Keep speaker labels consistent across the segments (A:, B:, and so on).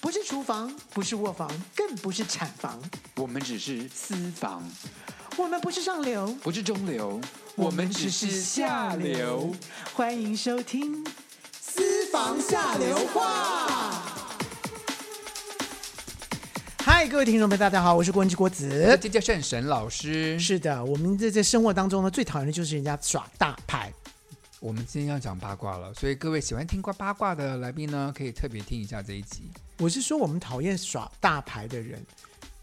A: 不是厨房，不是卧房，更不是产房，
B: 我们只是私房，
A: 我们不是上流，
B: 不是中流，
A: 我们只是下流。欢迎收听《私房下流话》。嗨，各位听众们，大家好，我是郭文之郭
B: 那
A: 子。
B: 这叫圣神老师。
A: 是的，我们在在生活当中呢，最讨厌的就是人家耍大牌。
B: 我们今天要讲八卦了，所以各位喜欢听八卦的来宾呢，可以特别听一下这一集，
A: 我是说，我们讨厌耍大牌的人。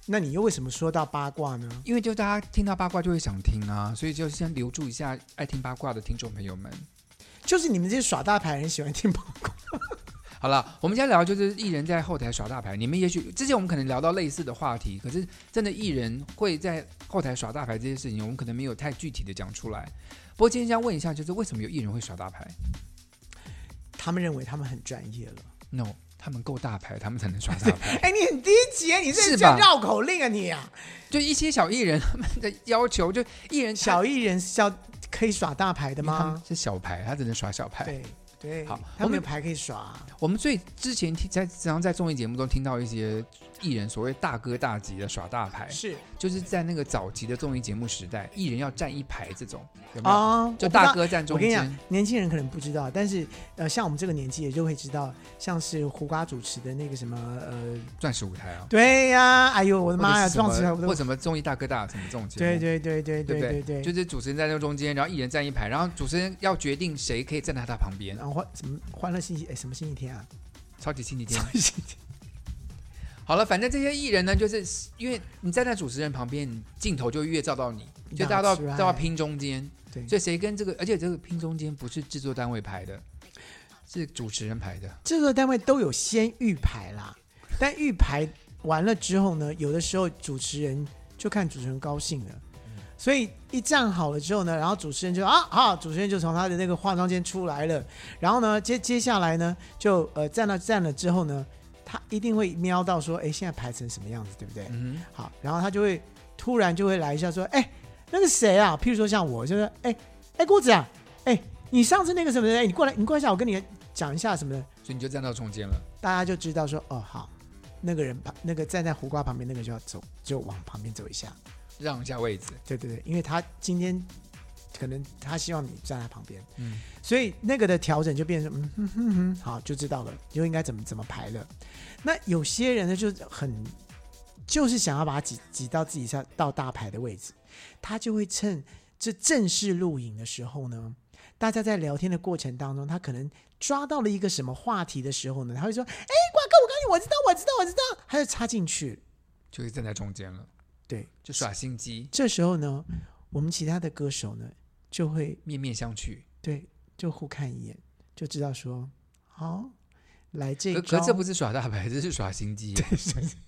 A: 那你又为什么说到八卦呢？
B: 因为就大家听到八卦就会想听啊，所以就先留住一下爱听八卦的听众朋友们。
A: 就是你们这些耍大牌的人喜欢听八卦。
B: 好了，我们今天聊就是艺人在后台耍大牌。你们也许之前我们可能聊到类似的话题，可是真的艺人会在后台耍大牌这件事情，我们可能没有太具体的讲出来。不过今天想问一下，就是为什么有艺人会耍大牌
A: 他们认为他们很专业了。
B: ？No，他们够大牌，他们才能耍大 牌。
A: 哎，你很低级啊！你这
B: 是
A: 是
B: 吧
A: 绕口令啊你啊！
B: 就一些小艺人他们的要求，就艺人
A: 小艺人是要可以耍大牌的
B: 因为他们
A: 吗？
B: 是小牌，他只能耍小牌。
A: 对对，
B: 好
A: 他
B: 我
A: 们
B: 们
A: 有牌可以耍。啊
B: 我们最之前听在常常在综艺节目中听到一些艺人所谓大哥大姐的耍大牌，
A: 是
B: 就是在那个早期的综艺节目时代，艺人要站一排这种，有没有？
A: 啊，我
B: 就
A: 不知
B: 大
A: 道。
B: 哥站
A: 我
B: 中
A: 跟你
B: 间
A: 讲，，年轻人可能不知道，但是呃，像我们这个年纪也就会知道，像是胡瓜主持的那个什么呃，
B: 钻石舞台啊，
A: 对呀、哎呦我的妈呀，
B: 或者是什么
A: 撞死我
B: 或
A: 都，
B: 什么综艺大哥大什么这种节目，
A: 对对对对
B: 对不
A: 对对，
B: 就是主持人在那中间，然后艺人站一排，然后主持人要决定谁可以站在他旁边
A: 然，后欢什么欢乐星期哎什么星期天啊？
B: 超级星期
A: 什
B: 天
A: 么。星期 天？
B: 好了，反正这些艺人呢，就是因为你站在主持人旁边，你镜头就越照到你，就大家都
A: That's right
B: 都要拼中间，
A: 啊对，
B: 所以谁跟这个，而且这个拼中间不是制作单位排的，是主持人排的。
A: 制作单位都有先预排啦，但预排完了之后呢，有的时候主持人就看主持人高兴了，所以一站好了之后呢，然后主持人就啊好，主持人就从他的那个化妆间出来了，然后呢接接下来呢就呃站到站了之后呢，他一定会瞄到说，哎，现在排成什么样子，对不对？
B: 嗯
A: 好，然后他就会突然就会来一下说，哎，那个谁啊，譬如说像我，就是哎哎郭子啊，哎你上次那个什么的，哎你过来你过来一下，我跟你讲一下什么的。
B: 哼，所以你就站到中间了。
A: 大家就知道说，哦，好，那个人旁那个站在胡瓜旁边那个就要走，就往旁边走一下。
B: 让一下位置，
A: 对对对，因为他今天可能他希望你站在旁边，
B: 嗯，
A: 所以那个的调整就变成，嗯哼哼哼，好，就知道了，就应该怎么怎么排了。那有些人呢，就很就是想要把它挤挤到自己上到大牌的位置，他就会趁这正式录影的时候呢，大家在聊天的过程当中，他可能抓到了一个什么话题的时候呢，他会说：“哎，瓜哥，我告诉你，我知道，我知道，我知道。”他就插进去。
B: 就是站在中间了，
A: 对，
B: 就耍心机，
A: 这时候呢，
B: 嗯
A: 我们其他的歌手呢就会
B: 面面相觑。
A: 对就互看一眼，就知道说好来这一
B: 可
A: 招
B: 可。这不是耍大牌，这是耍心机。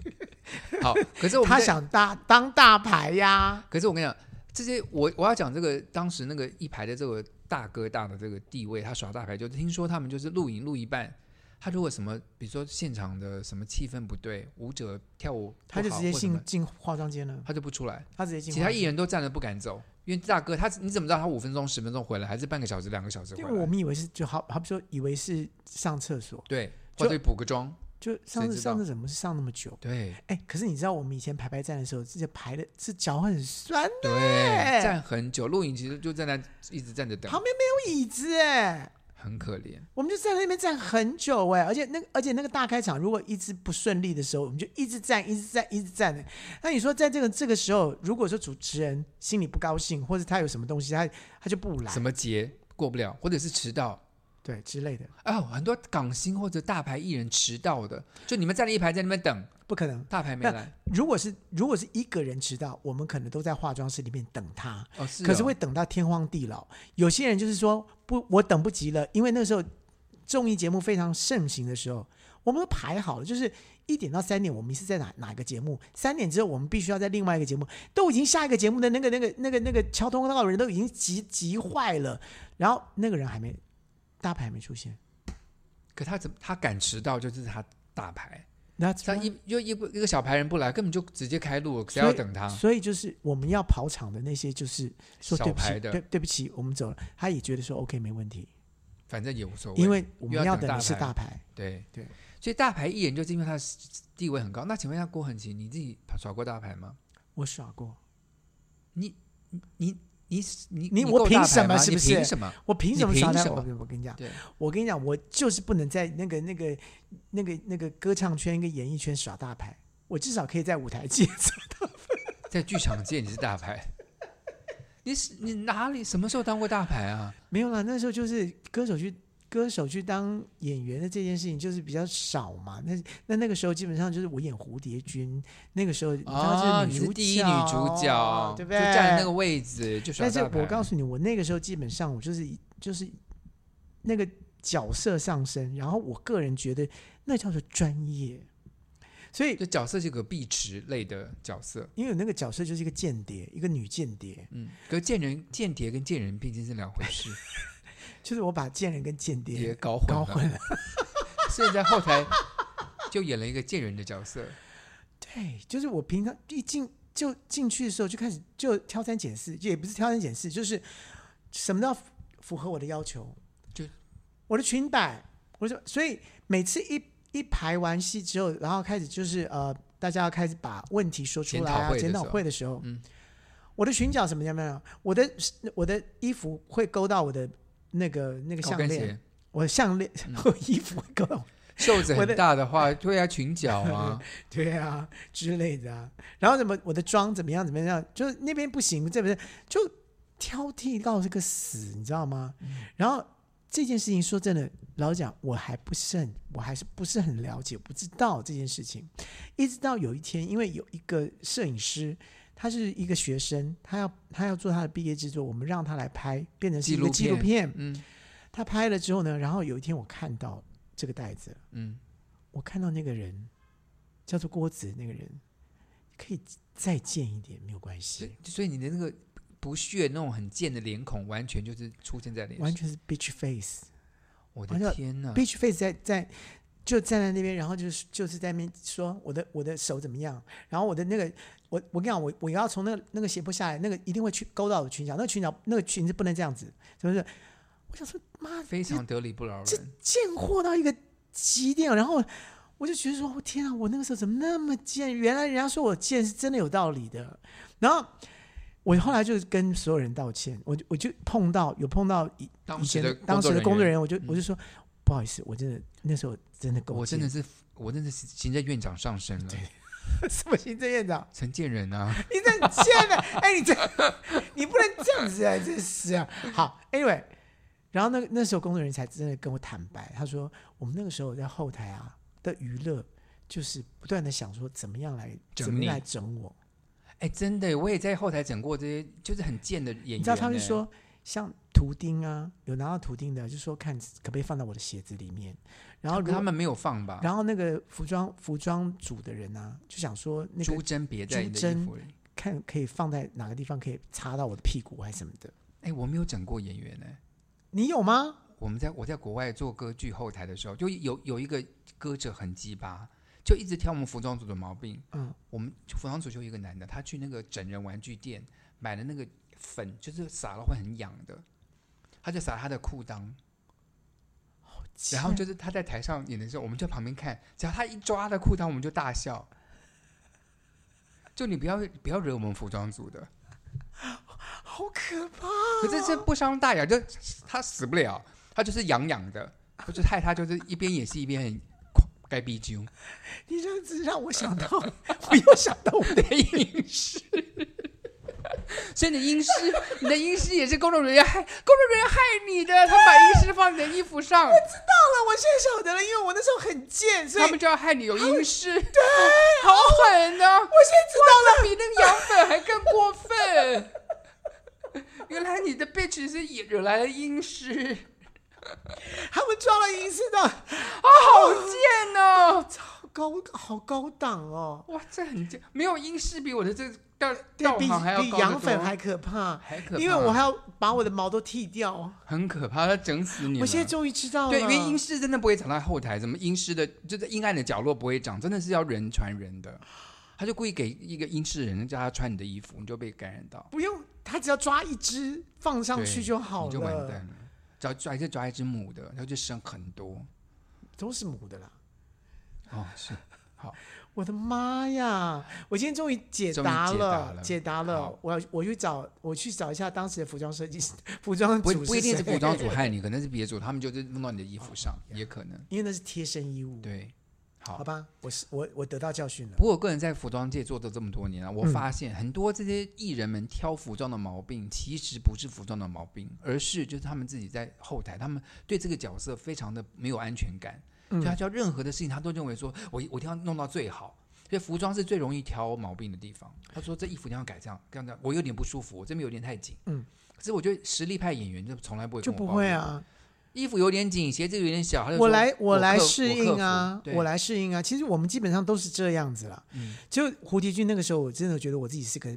B: 好，可是我们
A: 他
B: 在，
A: 想大当大牌呀，
B: 可是我跟你讲，这些我我要讲这个当时那个一排的这个大哥大的这个地位，他耍大牌，就听说他们就是录影录一半。他如果什么，比如说现场的什么气氛不对，舞者跳舞不
A: 他就
B: 好
A: 直接
B: 或什么
A: 进进化妆间了，
B: 他就不出来。
A: 他直接进
B: 其
A: 化妆间。
B: 他艺人都站着不敢走，因为大哥他你怎么知道他五分钟、十分钟回来，还是半个小时、两个小时回
A: 因为我
B: 来？
A: 们以为是就好好比说以为是上厕所，
B: 对，或者补个妆，
A: 就上
B: 谁
A: 次
B: 知道
A: 上次怎么是上那么久？
B: 对
A: 哎，可是你知道我们以前排排站的时候，这些排的是脚很酸，啊
B: 对，站很久。录影其实就站在一直站着等，
A: 旁边没有椅子哎，
B: 很可怜。
A: 我们就站在那边站很久哎，而且那个而且那个大开场如果一直不顺利的时候，我们就一直站一直站一直站的。那你说在这个这个时候，如果说主持人心里不高兴，或者他有什么东西，他他就不来
B: 什，么节过不了，或者是迟到。
A: 对之类的，
B: 哦，很多港星或者大牌艺人迟到的，就你们站了一排在那边等，
A: 不可能。
B: 大牌没
A: 那
B: 来。
A: 如果是如果是一个人迟到，我们可能都在化妆室里面等他。
B: 哦，是哦
A: 可是会等到天荒地老。有些人就是说不，我等不及了，因为那时候综艺节目非常盛行的时候，我们都排好了，就是一点到三点，我们是在哪哪个节目？三点之后，我们必须要在另外一个节目，都已经下一个节目的那个那个那个那个敲通告的人都已经急急坏了，然后那个人还没大牌还没出现。
B: 可他怎么他敢迟到，就是他大牌。
A: 那
B: 像一就一个一个小牌人不来，根本就直接开路了，谁要等他？
A: 所以就是我们要跑场的那些，就是说对不
B: 小
A: 起，
B: 牌的
A: 对对不起，我们走了。他也觉得说 OK 没问题，
B: 反正也无所谓，
A: 因为我
B: 又
A: 们
B: 要
A: 要
B: 等
A: 等
B: 大
A: 的是
B: 牌
A: 大牌。
B: 对
A: 对。
B: 所以大牌艺人就是因为他的地位很高。那请问一下郭恒琴，你自己耍过大牌吗？
A: 我耍过，
B: 你你你
A: 你
B: 够
A: 我凭
B: 大牌
A: 什么
B: 吗
A: 是
B: 你
A: 不是
B: 凭什么？
A: 我凭什么耍
B: 你
A: 大
B: 凭什
A: 牌？
B: 么
A: 我我跟你讲
B: 对，
A: 我跟你讲，我就是不能在那个那个那个那个歌唱圈跟演艺圈耍大牌。我至少可以在舞台界
B: 在剧场界你是大牌， 你是你哪里什么时候当过大牌啊？
A: 没有啦，那时候就是歌手去歌手去当演员的这件事情就是比较少嘛。那那那个时候基本上就是我演蝴蝶君，那个时候你知道
B: 啊，
A: 就
B: 你
A: 是女
B: 是
A: 主
B: 第一女主角，
A: 对不
B: 就
A: 对？
B: 站那个位置就耍
A: 但是
B: 大牌。
A: 我告诉你，我那个时候基本上我就是就是那个角色上升，然后我个人觉得那叫做专业，所以
B: 就角色是个壁池类的角色，
A: 因为那个角色就是一个间谍，一个女间谍，
B: 嗯，可是贱人间谍跟贱人毕竟是两回 事，
A: 就是我把贱人跟间
B: 也
A: 谍
B: 搞混
A: 搞
B: 了。
A: 混了。
B: 所以在后台就演了一个贱人的角 色，
A: 对，哎就是我平常一进就进去的时候就开始就挑三拣四，也不是挑三拣四，就是什么都要符符合我的要求，
B: 就
A: 我的裙摆，我就所以每次一一排完戏之后，然后开始就是呃，大家要开始把问题说出来
B: 检讨会
A: 啊，
B: 的
A: 检讨
B: 时候
A: 会的时候，
B: 嗯
A: 我的裙角什么样没有？我的我的衣服会勾到我的那个那个
B: 高
A: 项
B: 跟
A: 链，
B: 鞋，
A: 我的项链，
B: 嗯
A: 我衣服会勾到我
B: 袖子
A: 我
B: 很
A: 的
B: 大的话，对啊，裙角 啊，
A: 对啊之类的啊。然后怎么我的妆怎么样怎么样，就是那边不行，这边就挑剔到这个死，你知道吗？然后这件事情说真的，老实讲我还不是很，我还是不是很了解，不知道这件事情。一直到有一天，因为有一个摄影师。他是一个学生，他要他要做他的毕业制作，我们让他来拍，变成是一个
B: 纪
A: 纪
B: 录
A: 录
B: 片
A: 片。
B: 嗯
A: 他拍了之后呢，然后有一天我看到这个袋子，
B: 嗯，
A: 我看到那个人叫做郭子，那个人可以再见一点没有关
B: 所
A: 系
B: 以，所以你的那个不屑那种很贱的脸孔，完全就是出现在脸
A: 完
B: 上。
A: 全是 bitch face，bitch
B: 我
A: 完
B: 的
A: 全
B: 天呐，
A: face 在在就站在那边，然后就是就是在那边说我的我的手怎么样，然后我的那个我我跟你讲，我我要从那个那个斜坡下来，那个一定会去勾到我的裙角，那个裙角那个裙子不能这样子，是不是？我想说妈
B: 非常得理不饶
A: 这
B: 人。
A: 贱货到一个极点，然后我就觉得说，我天啊，我那个时候怎么那么贱？原来人家说我贱是真的有道理的。然后我后来就跟所有人道歉，我就我就碰到有碰到以
B: 当
A: 以
B: 时
A: 前
B: 的
A: 当时的工
B: 工
A: 作
B: 作
A: 人
B: 人员，
A: 员，我就我就说不好意思，我真的那时候真的够贱，
B: 我真的是我真的是行政院长上身了，
A: 什么行政院长，
B: 陈建仁啊，
A: 你这很贱的，哎，你这 你不能这样子啊，真是啊。好，anyway，然后那个那时候工作人员才真的跟我坦白，他说我们那个时候在后台啊的娱乐，就是不断的想说怎么样来
B: 整
A: 怎么
B: 你
A: 来整我，
B: 哎，真的，我也在后台整过这些，就是很贱的演员。
A: 你知道他
B: 们
A: 们说像图钉啊，有拿到图钉的，就说看可不可以放到我的鞋子里面，然后如
B: 他
A: 果
B: 们没有放吧？
A: 然后那个服装服装组的人啊，就想说那
B: 朱
A: 个
B: 针别在你
A: 朱
B: 的衣
A: 针
B: 服里。
A: 看可以放在哪个地方可以插到我的屁股还是什么的，
B: 哎，我没有整过演员呢。
A: 你有吗？
B: 我们在我在国外做歌剧后台的时候，就有有一个歌者很鸡巴，就一直挑我们服装组的毛病。
A: 嗯，
B: 我们服装组就有一个男的，他去那个整人玩具店买了那个粉，就是撒了会很痒的，他就撒他的裤裆。然后就是他在台上演的时候，我们就在旁边看，只要他一抓他的裤裆，我们就大笑。就你不要不要惹我们服装组的，
A: 啊好可怕！
B: 可是这不伤大雅，就他死不了，他就是痒痒的，就是害他就是一边演戏一边很狂该逼揪
A: 你这样子让我想到， 我又想到我
B: 的阴湿。所以你的阴湿，你的阴湿也是工作人员害，工作人员害你的，他把阴湿放你的衣服上，
A: 了，我现在晓得了，因为我那时候很贱，所以
B: 他
A: 我现
B: 们就要害你有阴湿，对，好狠啊呐、
A: 在知道了。
B: 比那个羊粉还更过分。原来你的 bitch 是也惹来了阴湿，
A: 他们装了一次的，
B: 好贱哦！
A: 好高好高档哦，
B: 哇，这很贱，没有英式比我的这道
A: 对
B: 道
A: 比
B: 行还要
A: 比
B: 高得
A: 羊粉
B: 多
A: 还可怕，
B: 还可怕，
A: 因为我还要把我的毛都剃掉。哦
B: 很可怕，他整死你了。
A: 我现在终于知道了，
B: 对，因为英式真的不会长在后台，什么英式的就在阴暗的角落不会长，真的是要人传人的。他就故意给一个英式人叫他穿你的衣服，你就被感染到，
A: 不用，他只要抓一只放上去
B: 对
A: 就好
B: 你就完蛋
A: 了，
B: 了。找抓一只抓一只母的，然后就生很多。
A: 都是母的啦。
B: 哦，是
A: 我的妈呀！我今天终于解答了，
B: 终于
A: 解
B: 解
A: 答
B: 答了
A: 了
B: 好。
A: 我我去找，我去找一下当时的服装设计师、服装
B: 不
A: 组
B: 不一定是
A: 谁
B: 服装 组，害你，可能是别组，他们就是弄到你的衣服上，也可能
A: 因为那是贴身衣物。
B: 对。好
A: 好，吧，我是我我得到教训了。
B: 不过我个人在服装界做了这么多年啊，我
A: 嗯
B: 发现很多这些艺人们挑服装的毛病，其实不是服装的毛病，而是就是他们自己在后台，他们对这个角色非常的没有安全感，
A: 嗯
B: 所以他叫任何的事情，他都认为说我我一定要弄到最好。所以服装是最容易挑毛病的地方。他说这衣服你要改这样，这样这样，我有点不舒服，我这边有点太紧。
A: 嗯，
B: 可是我觉得实力派演员就从来不会
A: 就
B: 跟我
A: 不
B: 抱
A: 会
B: 怨，
A: 啊，
B: 衣服有点紧，鞋子有点小，他就
A: 我
B: 说
A: 来
B: 我
A: 来
B: 克
A: 适
B: 我克
A: 应啊
B: 服，对
A: 我来适应啊。其实我们基本上都是这样子啦。
B: 嗯
A: 就胡迪君那个时候，我真的觉得我自己是个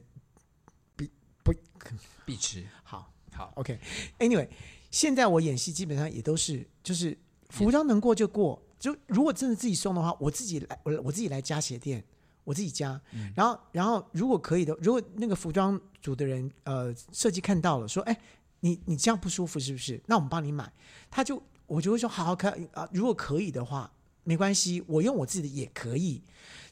B: 必吃。
A: 好
B: 好，
A: OK。Anyway，现在我演戏基本上也都是就是服装能过就过，就如果真的自己送的话，我自己来我我自己来加鞋垫，我自己加。
B: 嗯
A: 然后然后如果可以的，如果那个服装组的人呃设计看到了，说哎你你这样不舒服是不是？那我们帮你买，他就我就会说好好看啊、如果可以的话。没关系，我用我自己的也可以，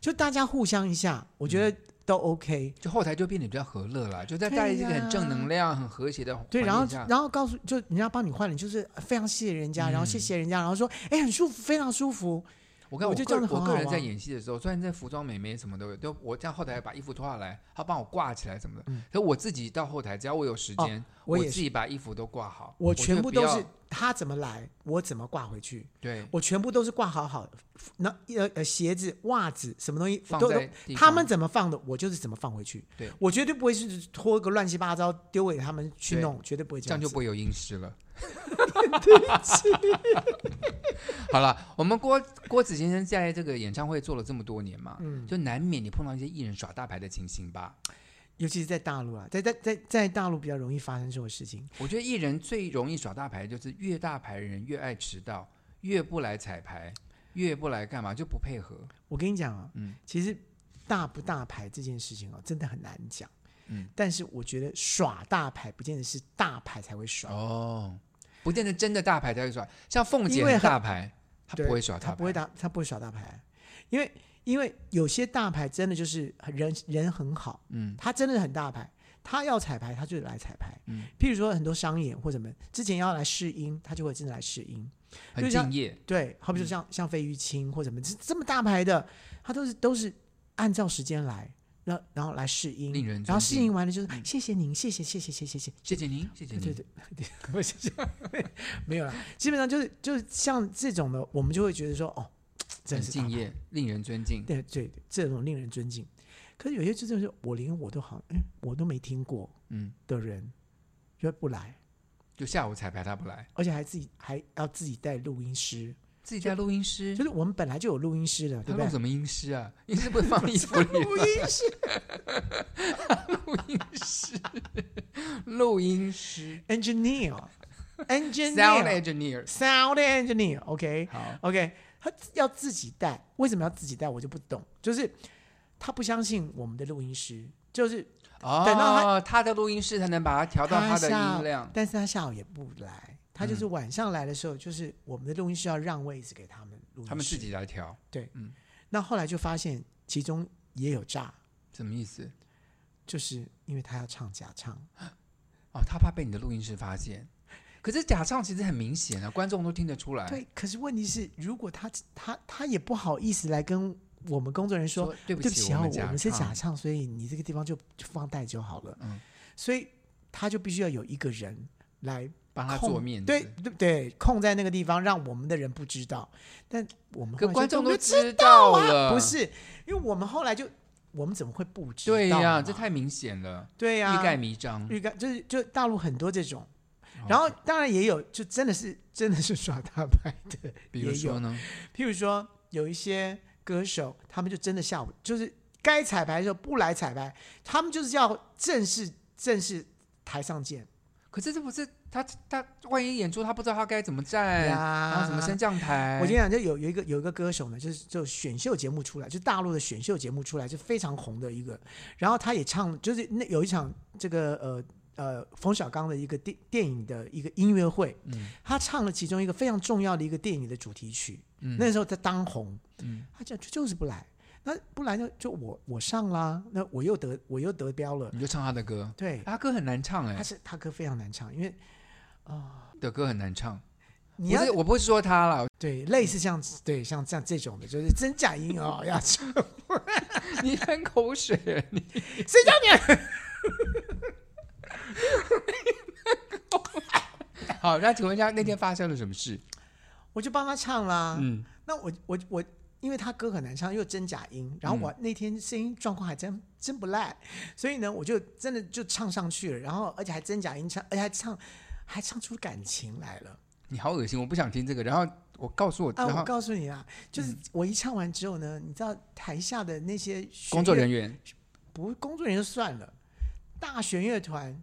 A: 就大家互相一下，我觉得都 OK。
B: 就后台就变得比较和乐啦，就在
A: 对
B: 在一个
A: 呀
B: 很正能量、很和谐的环
A: 对，
B: 境
A: 然后
B: 下，
A: 然后告诉就人家帮你换了，你就是非常谢谢人家，然后
B: 嗯
A: 谢谢人家，然后说哎很舒服，非常舒服。
B: 我看
A: 我
B: 我
A: 觉得
B: 个
A: 这样
B: 人
A: 很
B: 我个人
A: 好啊
B: 在演戏的时候，虽然在服装美眉什么都有，都我在后台把衣服脱下来，他帮我挂起来什么的。
A: 嗯哦
B: 可我自己到后台，只要我有时间，
A: 我也
B: 自
A: 是，
B: 己把衣服都挂好，
A: 我
B: 觉
A: 全
B: 得
A: 部
B: 不
A: 都
B: 要
A: 是他怎么来，我怎么挂回去，
B: 对
A: 我全部都是挂好好的。那呃呃鞋子、袜子什么东西
B: 放
A: 都
B: 在
A: 都
B: 地
A: 他
B: 方
A: 们怎么放的，我就是怎么放回去。
B: 对
A: 我绝对不会是拖个乱七八糟丢给他们去
B: 对
A: 弄，绝对不会
B: 这
A: 样
B: 样
A: 子。
B: 就不会有阴湿了。好了，我们郭郭子先生在这个演唱会做了这么多年嘛，就难免你碰到一些艺人耍大牌的情形吧。
A: 尤其是在大陆啊，在在在在大陆比较容易发生这种事情。
B: 我觉得艺人最容易耍大牌，就是越大牌人越爱迟到，越不来彩排，越不来干嘛就不配合。
A: 我跟你讲啊，
B: 嗯
A: 其实大不大牌这件事情哦，真的很难讲。
B: 嗯，
A: 但是我觉得耍大牌不见得是大牌才会耍，
B: 哦，不见得真的大牌才会耍，像凤姐
A: 因为
B: 很
A: 很
B: 大牌，她
A: 对
B: 不会耍大
A: 他
B: 牌，
A: 不会打，他不会耍大牌，因为因为有些大牌真的就是很人人很好，
B: 嗯
A: 他真的很大牌，他要彩排他就来彩排。
B: 嗯，
A: 譬如说很多商演或什么，之前要来试音，他就会真的来试音。
B: 很
A: 就像
B: 敬业。
A: 对，好
B: 嗯
A: 比说像、像费玉清或什么这这么大牌的，他都是都是按照时间来，然后然后来试音，
B: 令人
A: 然后
B: 尊
A: 试
B: 敬
A: 音完了就是、谢谢您，谢谢谢谢谢谢谢谢。
B: 谢谢您，谢谢
A: 对
B: 您。
A: 对对， 我谢谢，没有啦，基本上就是就是像这种的，我们就会觉得说，哦，真
B: 很
A: 的是大
B: 敬
A: 牌，
B: 业，令人尊敬。
A: 对对对，这种令人尊敬。可是有些就真的是我连我都好，嗯，我都没听过
B: 嗯，
A: 的人，就不来，
B: 就下午彩排他不来，
A: 而且还自己还要自己带录音师，
B: 自己带录音师
A: 就，是我们本来就有录音师了，对
B: 他
A: 不
B: 录
A: 对？
B: 什么音师啊？ 音师不是放衣服里
A: 录音师，
B: 录音师，sound
A: engineer，engineer，sound
B: engineer。
A: engineer，OK，OK，、
B: 好，
A: 他要自己带，为什么要自己带？我就不懂，就是他不相信我们的录音师，就是，
B: 哦，
A: 等到
B: 他的录音师才能把它调到
A: 他
B: 他的
A: 下
B: 音量。
A: 但是他下午也不来，他就是
B: 嗯
A: 晚上来的时候，就是我们的录音师要让位置给他们录音师，
B: 他们自。己来调，
A: 那后来就发现其中也有诈，
B: 什么意思？
A: 就是因为他要唱假唱，
B: 哦，他怕被你的录音师发现。可是假唱其实很明显啊，观众都听得出来。
A: 对。可是问题是，如果他他他也不好意思来跟我们工作人员说，
B: 说对不
A: 对不
B: 起，
A: 起啊，
B: 们
A: 我们是假
B: 唱。
A: 唱，所以你这个地方就就放带就好了。
B: 嗯
A: 所以他就必须要有一个人来
B: 帮他
A: 控
B: 做面子。
A: 对对对，控在那个地方，让我们的人不知道。但我们后
B: 可
A: 来就
B: 观众
A: 都没
B: 都
A: 有
B: 知道啊了，
A: 不？是，因为我们后来就我们怎么会不知道嘛？
B: 对呀、这太明显了，
A: 对呀、
B: 欲盖弥彰。
A: 欲盖就是就大陆很多这种，
B: 嗯哦
A: 然后当然也有就真的是真的是耍大牌的，
B: 比如
A: 也有
B: 说呢，
A: 譬如说有一些歌手，他们就真的下午就是该彩排的时候不来彩排，他们就是要正式正式台上见
B: 可是这不是他他万一演出他不知道他该怎么站，哎然
A: 呀
B: 后怎么升降台？
A: 我跟你讲，就有有一个有一个歌手呢，就是就选秀节目出来，就大陆的选秀节目出来，就非常红的一个。然后他也唱，就是那有一场这个呃呃冯小刚的一个电电影的一个音乐会，
B: 嗯
A: 他唱了其中一个非常重要的一个电影的主题曲，
B: 嗯
A: 那时候在当红，
B: 嗯
A: 他就就就是不来，那不来就就我我上啦，那我又得我又得标了，
B: 你就唱他的歌，
A: 对，
B: 他歌很难唱哎、
A: 他是他歌非常难唱，因为
B: 的歌很难唱。
A: 你
B: 不
A: 要
B: 是，我不是说他啦，
A: 对类似像对像像这种的，就是真假音 哦，要唱，
B: 你喷口水，你
A: 谁叫你
B: 好，那请问一下，那天发生了什么事？
A: 我就帮他唱啦，
B: 嗯，
A: 那我我我，因为他歌很难唱，又真假音，然后我
B: 嗯
A: 那天声音状况还真真不赖，所以呢，我就真的就唱上去了，然后而且还真假音唱，而且还唱还唱出感情来了。
B: 你好恶心，我不想听这个。然后我告诉我，
A: 啊，
B: 然
A: 我
B: 后嗯
A: 告诉你啊，就是我一唱完之后呢，你知道台下的那些学
B: 工作
A: 乐
B: 人员
A: 不工作人员就算了，大弦乐团，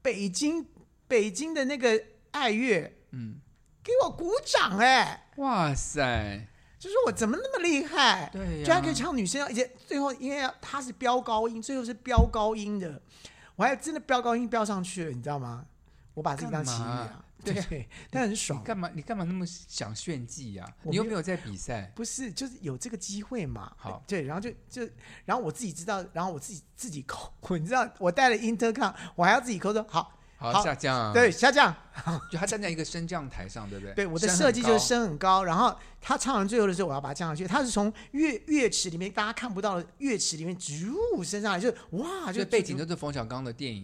A: 北京北京的那个爱乐，
B: 嗯，
A: 给我鼓掌哎、
B: 哇塞，
A: 就说我怎么那么厉害？
B: 对呀
A: 居然可以唱女生，而且最后因为她是飙高音，最后是飙高音的，我还真的飙高音飙上去了，你知道吗？我把自己当奇遇
B: 干
A: 啊
B: 嘛，
A: 对，但很爽
B: 你。干嘛？你干嘛那么想炫技呀、
A: 我
B: 你又
A: 没有
B: 没有在比赛，
A: 不是，就是有这个机会嘛。
B: 好
A: 对，然后就就，然后我自己知道，然后我自己自己抠，你知道，我带了 intercom，我还要自己抠说好，
B: 好
A: 好
B: 下降、啊。
A: 对，，下降，
B: 就他站在一个升降台上，对不对？
A: 对，我的
B: 升
A: 设
B: 很
A: 计就是
B: 高
A: 升很高，然后他唱完最后的时候，我要把它降上去。他是从乐乐池里面大家看不到的乐池里面直升上来，就是哇，
B: 所
A: 就
B: 以背景都是冯小刚的电影，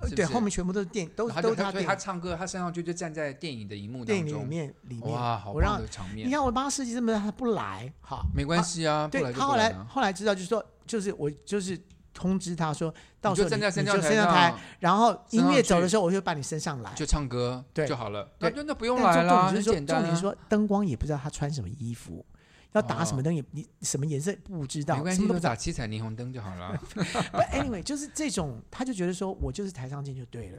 A: 呃
B: 是不
A: 对，
B: 是
A: 后面全部都是电，都
B: 然后
A: 都是
B: 他所以
A: 电
B: 他
A: 影
B: 唱歌，他升上去就站在电影的荧幕
A: 电
B: 当
A: 影里
B: 中，
A: 面里面。
B: 哇，好
A: 我让
B: 棒的场面
A: 你。看我帮他设计这么大，他不来，好，
B: 没关系啊，
A: 对
B: 不来就
A: 他
B: 不
A: 后来
B: 啊
A: 后来知道，就是说，就是我就是通知他说，到
B: 你
A: 时
B: 就
A: 候
B: 站
A: 你
B: 在升
A: 你
B: 降
A: 就
B: 台
A: 升上台，
B: 上
A: 然后
B: 升
A: 音
B: 上
A: 乐走
B: 去
A: 的时候，我就把你升上来。
B: 就唱歌
A: 对
B: 就好了，那
A: 对
B: 就那不用
A: 但
B: 来
A: 重重
B: 啦，很
A: 点是说，
B: 简单
A: 重点是
B: 啊。
A: 说灯光也不知道他穿什么衣服，要打什么灯也你什么颜色不知道，
B: 哦没关
A: 什
B: 系，
A: 么都
B: 就
A: 不知 道。
B: 打七彩霓虹灯就好 了。
A: But anyway，就是这种，他就觉得说我就是台上见就对了。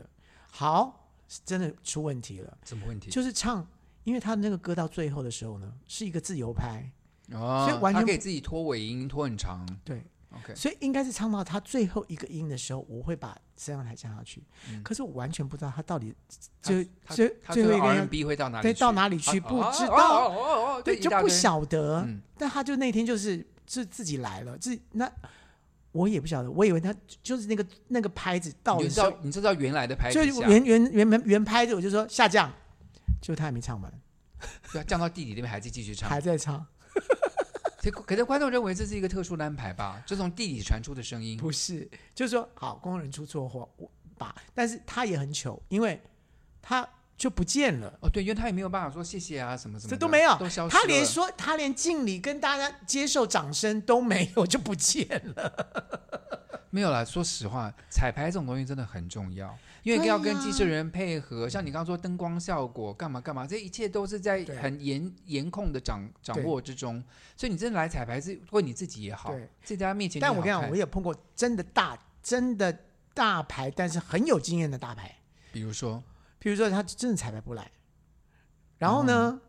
A: 好，是真的出问题了，
B: 什么问题？
A: 就是唱，因为他那个歌到最后的时候呢，是一个自由拍，
B: 哦，
A: 所以完全
B: 他可
A: 不
B: 以自己拖尾音，拖很长。
A: 对，
B: OK，
A: 所以应该是唱到他最后一个音的时候，我会把声上台降下去。
B: 嗯
A: 可是我完全不知道他到底最
B: 他
A: 最
B: 他
A: 最后一个音
B: R&B 会到哪里
A: 对
B: 去？
A: 到哪里
B: 啊
A: 去，不知
B: 哦
A: 道。
B: 哦哦哦，
A: 对，
B: 一
A: 就
B: 大
A: 不
B: 堆。
A: 晓得。
B: 嗯
A: 但他就那天就是就自己来了，自己那我也不晓得，我以为他就是那个那个拍子到
B: 你
A: 的
B: 知
A: 时候
B: 道，你知道原来的拍
A: 就
B: 子下，
A: 原原原原原拍子我就说下降，结果他还没唱完，
B: 要降到地底那边还是继续唱
A: 还。在唱，
B: 可可是观众认为这是一个特殊的安排吧？就从地底传出的声音，
A: 不是，就是说好工人出错货我吧，但是他也很糗，因为他就不见了。
B: 哦，对，因为他也没有办法说谢谢啊什么什么的，
A: 这都没有
B: 都消失了。
A: 他连说，他连敬礼跟大家接受掌声都没有，就不见了。
B: 没有啦。说实话，彩排这种东西真的很重要，因为
A: 对
B: 要跟
A: 呀
B: 技术人员配合。像你刚刚说灯光效果干嘛干嘛，这一切都是在
A: 对
B: 很严严控的掌掌
A: 对
B: 握之中。所以你真的来彩排是为你自己也好
A: 对，
B: 自己在他面前也
A: 但
B: 好
A: 我
B: 看。
A: 跟你讲，我也碰过真的大、真的大牌，但是很有经验的大牌。
B: 比如说，
A: 譬如说，他真的彩排不来，然后
B: 嗯
A: 呢，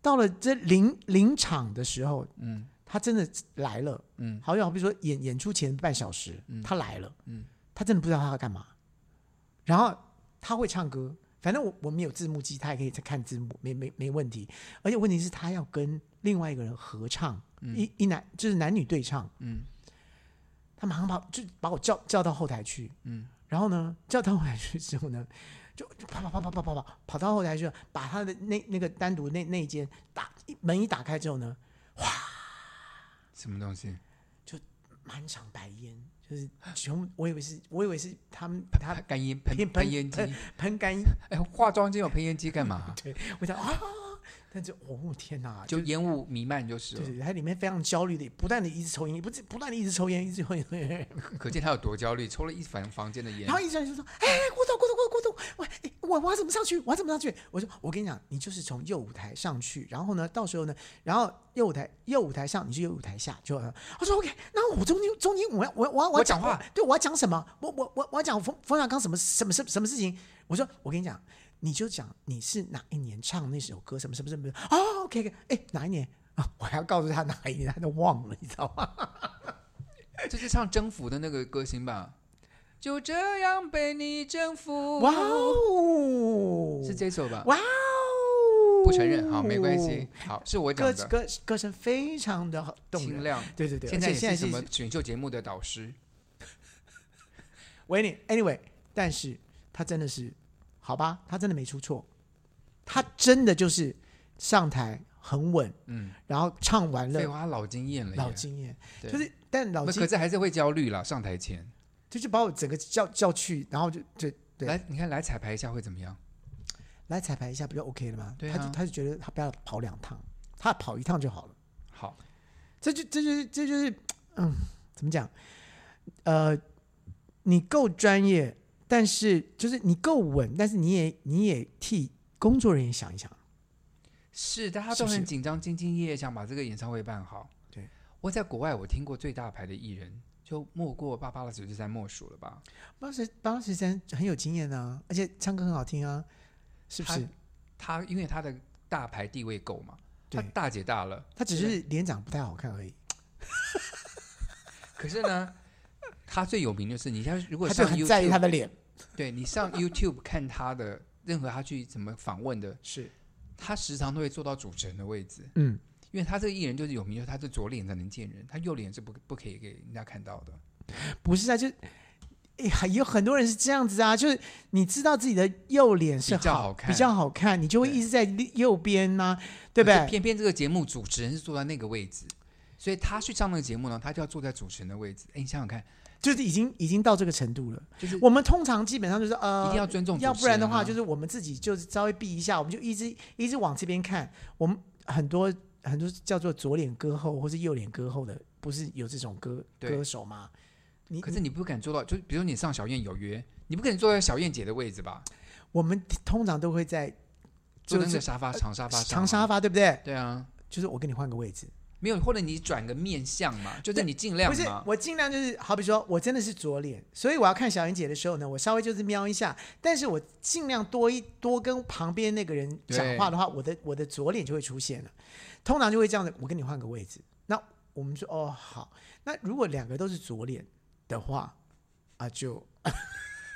A: 到了这临临场的时候，
B: 嗯
A: 他真的来了。
B: 嗯，
A: 好像好比说演演出前半小时，
B: 嗯
A: 他来了，
B: 嗯
A: 他真的不知道他要干嘛。然后他会唱歌，反正我我们有字幕机，他也可以再看字幕，没没没问题。而且问题是，他要跟另外一个人合唱，
B: 嗯
A: 一一男就是男女对唱。
B: 嗯
A: 他马上把就把我叫叫到后台去，
B: 嗯，
A: 然后呢，叫到后台去之后呢，就就啪啪啪啪啪啪啪跑到后台去了，把他的那那个单独那那一间打一门一打开之后呢，
B: 什么东西？
A: 满场白烟，就是全部我以为是我以为是他们
B: 他
A: 他
B: 干烟喷
A: 喷
B: 喷烟机，
A: 喷干烟，
B: 哎，化妆间有喷烟机干嘛、
A: 我想啊，但是哦天哪，
B: 就烟雾弥漫就是
A: 对
B: 了，
A: 对，它里面非常焦虑的，不断的一直抽烟，不不断的一直抽烟，一直抽烟，
B: 可见他有多焦虑，抽了一房房间的烟
A: 然。后一直就说：“哎，
B: 嗯
A: 郭总，郭总，郭总，我哎我我要怎么上去？我要怎么上去？”我说：“我跟你讲，你就是从右舞台上去，然后呢，到时候呢，然后右舞台右舞台上，你就右舞台下，就。”呃他说：“OK，那我中间中间我要我要我要
B: 我
A: 要
B: 讲话，
A: 对，我要讲什么？我我我我要讲冯冯小刚什么什么什么什么事情？我说我跟你讲，你就讲你是哪一年唱那首歌，什么什么什么什么哦，OK OK，哎，哪一年？”啊！我还要告诉他哪一年，他都忘了，你知道吗？
B: 这是唱征服的那个歌星吧？就这样被你征服，
A: 哇哦，
B: 是这首吧？
A: 哇哦！
B: 啊不不承认，好，没关系，好，是我
A: 歌
B: 讲的，
A: 歌歌声非常的好动
B: 清
A: 人，
B: 亮。
A: 对对对，
B: 现在
A: 而
B: 也
A: 且现在
B: 是什
A: 是
B: 么选秀节目的导师？
A: 维尼，anyway，但是他真的是，好吧，他真的没出错，他真的就是上台很稳，
B: 嗯，
A: 然后唱完
B: 废
A: 了，
B: 话，老经验了耶，
A: 老经验，
B: 对
A: 就是但老
B: 不
A: 经
B: 可是还是会焦虑啦。上台前，
A: 就是把我整个叫叫去，然后就就对
B: 来，你看来彩排一下会怎么样？
A: 来彩排一下，不就 OK 了吗？
B: 对啊
A: 他就他就觉得他不要跑两趟，他跑一趟就好了。
B: 好，
A: 这就这就是这就是，嗯，怎么讲？呃，你够专业，但是就是你够稳，但是你也你也替工作人员想一想。
B: 是大家
A: 是
B: 都
A: 不是
B: 很紧张，兢兢业业想把这个演唱会办好。
A: 对，
B: 我在国外我听过最大牌的艺人，就莫过芭芭拉九十三莫属了吧？
A: 八十八十三很有经验啊，而且唱歌很好听啊，是不是？
B: 他因为他的大牌地位够嘛，他
A: 对
B: 大姐大了，
A: 他只是脸长不太好看而已，
B: 可是呢，他最有名就是你像如果
A: 他就
B: 上
A: 很
B: YouTube，
A: 在意他的脸。
B: 对你上 YouTube 看他的任何他去怎么访问的，
A: 是，
B: 他时常都会坐到主持人的位置，
A: 嗯，
B: 因为他这个艺人就是有名，就是他的左脸才能见人，他右脸是不不可以给人家看到的。
A: 不是啊，就。哎呀，有很多人是这样子啊，就是你知道自己的右脸是
B: 比较
A: 好
B: 好看
A: 比较好看，你就会
B: 对
A: 一直在右边呐、对不
B: 可是
A: 对？
B: 偏偏这个节目主持人是坐在那个位置，所以他去上那个节目呢，他就要坐在主持人的位置。哎，你想想看，
A: 就是已经已经到这个程度了。
B: 就是
A: 我们通常基本上就是呃，
B: 一定要尊重主持人啊、
A: 要不然的话，就是是我们自己就是稍微避一下，我们就一直一直往这边看。我们很多很多叫做左脸歌后或是右脸歌后的，不是有这种歌
B: 对
A: 歌手吗？你
B: 可是你不敢坐到，就比如你上小燕有约，你不可能坐在小燕姐的位置吧？
A: 我们通常都会在就
B: 坐在那个
A: 是
B: 沙发长沙发上、啊
A: 长沙。发，对不对？
B: 对啊，
A: 就是我给你换个位置，
B: 没有，或者你转个面相嘛，就是你尽量
A: 不是
B: 嘛。
A: 我尽量就是好比说我真的是左脸，所以我要看小燕姐的时候呢，我稍微就是瞄一下，但是我尽量多一多跟旁边那个人讲话的话，我的我的左脸就会出现了。通常就会这样子，我跟你换个位置。那我们说哦好，那如果两个都是左脸的话啊，就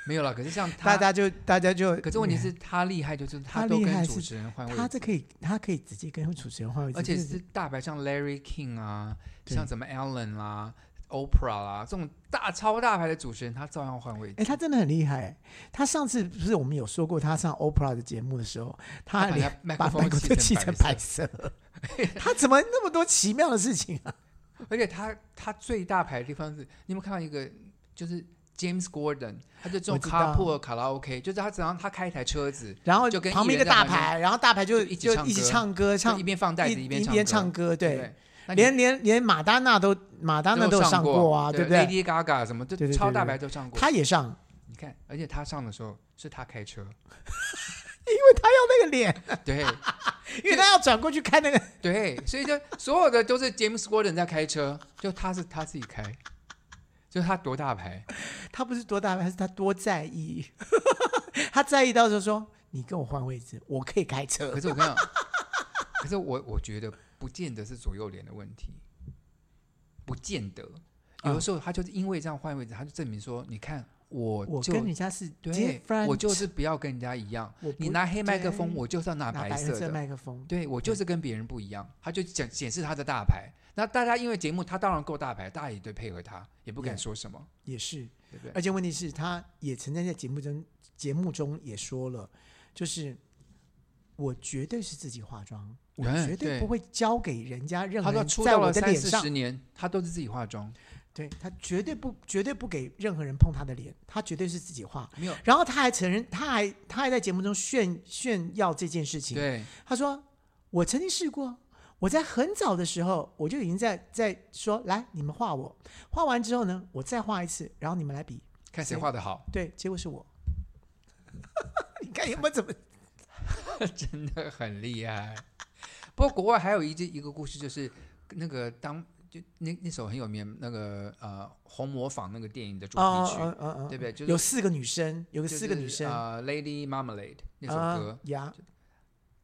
B: 没有了。可是像
A: 大
B: 他，
A: 家就大家就，
B: 可是问题是他厉害，就是
A: 他
B: 都
A: 厉害
B: 跟
A: 是
B: 主持人换位
A: 他这可以他可以直接跟主持人换位置，
B: 而且
A: 这是
B: 是大牌，像 Larry King 啊，
A: 对
B: 像什么 Ellen 啦、Oprah 啦、这种大超大牌的主持人，他照样换位置。
A: 哎、他真的很厉害。他上次不是我们有说过，他上 Oprah 的节目的时候，他
B: 把
A: 连
B: 他麦克
A: 把麦
B: 风
A: 克风
B: 气
A: 气
B: 成
A: 成
B: 白
A: 白
B: 色，
A: 色， 他怎么那么多奇妙的事情啊？
B: 而且他他最大牌的地方是，你有没有看到一个就是 James Gordon，他就这种
A: 我知道
B: carpool 卡拉 OK，就是他只要他开一台车子，
A: 然后
B: 就跟
A: 旁边
B: 艺
A: 一个
B: 人在
A: 大
B: 旁边
A: 牌，然后大牌就
B: 就一起
A: 就
B: 唱
A: 一起
B: 歌
A: 唱歌，唱
B: 就一边放袋子
A: 一
B: 边
A: 一
B: 唱
A: 边
B: 歌，
A: 唱歌，
B: 对不
A: 对，
B: 对，那你
A: 连连连马丹娜都马丹娜
B: 都
A: 都有上过啊，
B: 对
A: 不对？
B: ？Lady Gaga 什么
A: 对对
B: 都
A: 对
B: 超
A: 对
B: 大
A: 对
B: 牌都上过。
A: 他也上
B: 你看，而且他上的时候是他开车，
A: 那个脸，
B: 对。
A: 因为他要转过去看那个，
B: 对，所以就所有的都是 James Gordon 在开车，就他是他自己开，就他多大 牌，
A: 他不是多大牌，还是他多在意， 他在意到时候说你跟我换位置，我可以开车
B: 可。是我跟你讲，可是我我觉得不见得是左右脸的问题，不见得，有
A: 嗯
B: 的时候他就是因为这样换位置，他就证明说，你看我
A: 我
B: 就
A: 跟人家是
B: 对
A: different，
B: 我就是不要跟人家一样，
A: 我不
B: 你拿黑麦克风，
A: 对
B: 我就是要拿
A: 拿
B: 白色的，
A: 麦克风，
B: 对我就是跟别人不一样，他就显显示他的大牌。那大家因为节目他当然够大牌，大家也对配合他，也不敢
A: Yeah
B: 说什么，
A: 也是。
B: 对不对？
A: 而且问题是，他也曾经在节目中节目中也说了，就是我绝对是自己化妆，我
B: 嗯
A: 绝
B: 对
A: 不会交给人家任
B: 他
A: 何
B: 说
A: 人
B: 出
A: 在
B: 道
A: 我
B: 了
A: 的
B: 三
A: 脸
B: 四
A: 上
B: 十。年，他都是自己化妆，
A: 对他绝对不绝对不给任何人碰他的脸，他绝对是自己画。
B: 没 有
A: 然后他还承认，他还他还在节目中炫炫耀这件事情。
B: 对
A: 他说：“我曾经试过，我在很早的时候我就已经在在说，来你们画我，画完之后呢，我再画一次，然后你们来比。
B: 看谁
A: 谁
B: 画的好，
A: 对，结果是我。你看有没有怎么？
B: 真的很厉害。不过国外还有一一个故事，就是那个当就那那首很有名那个呃《红模仿》那个电影的主题曲，
A: 嗯嗯嗯
B: 对不对？就是
A: 有四个女生，有个
B: 就是
A: 四个女生，
B: 呃，《Lady Marmalade》那首
A: 啊
B: 歌，
A: 呀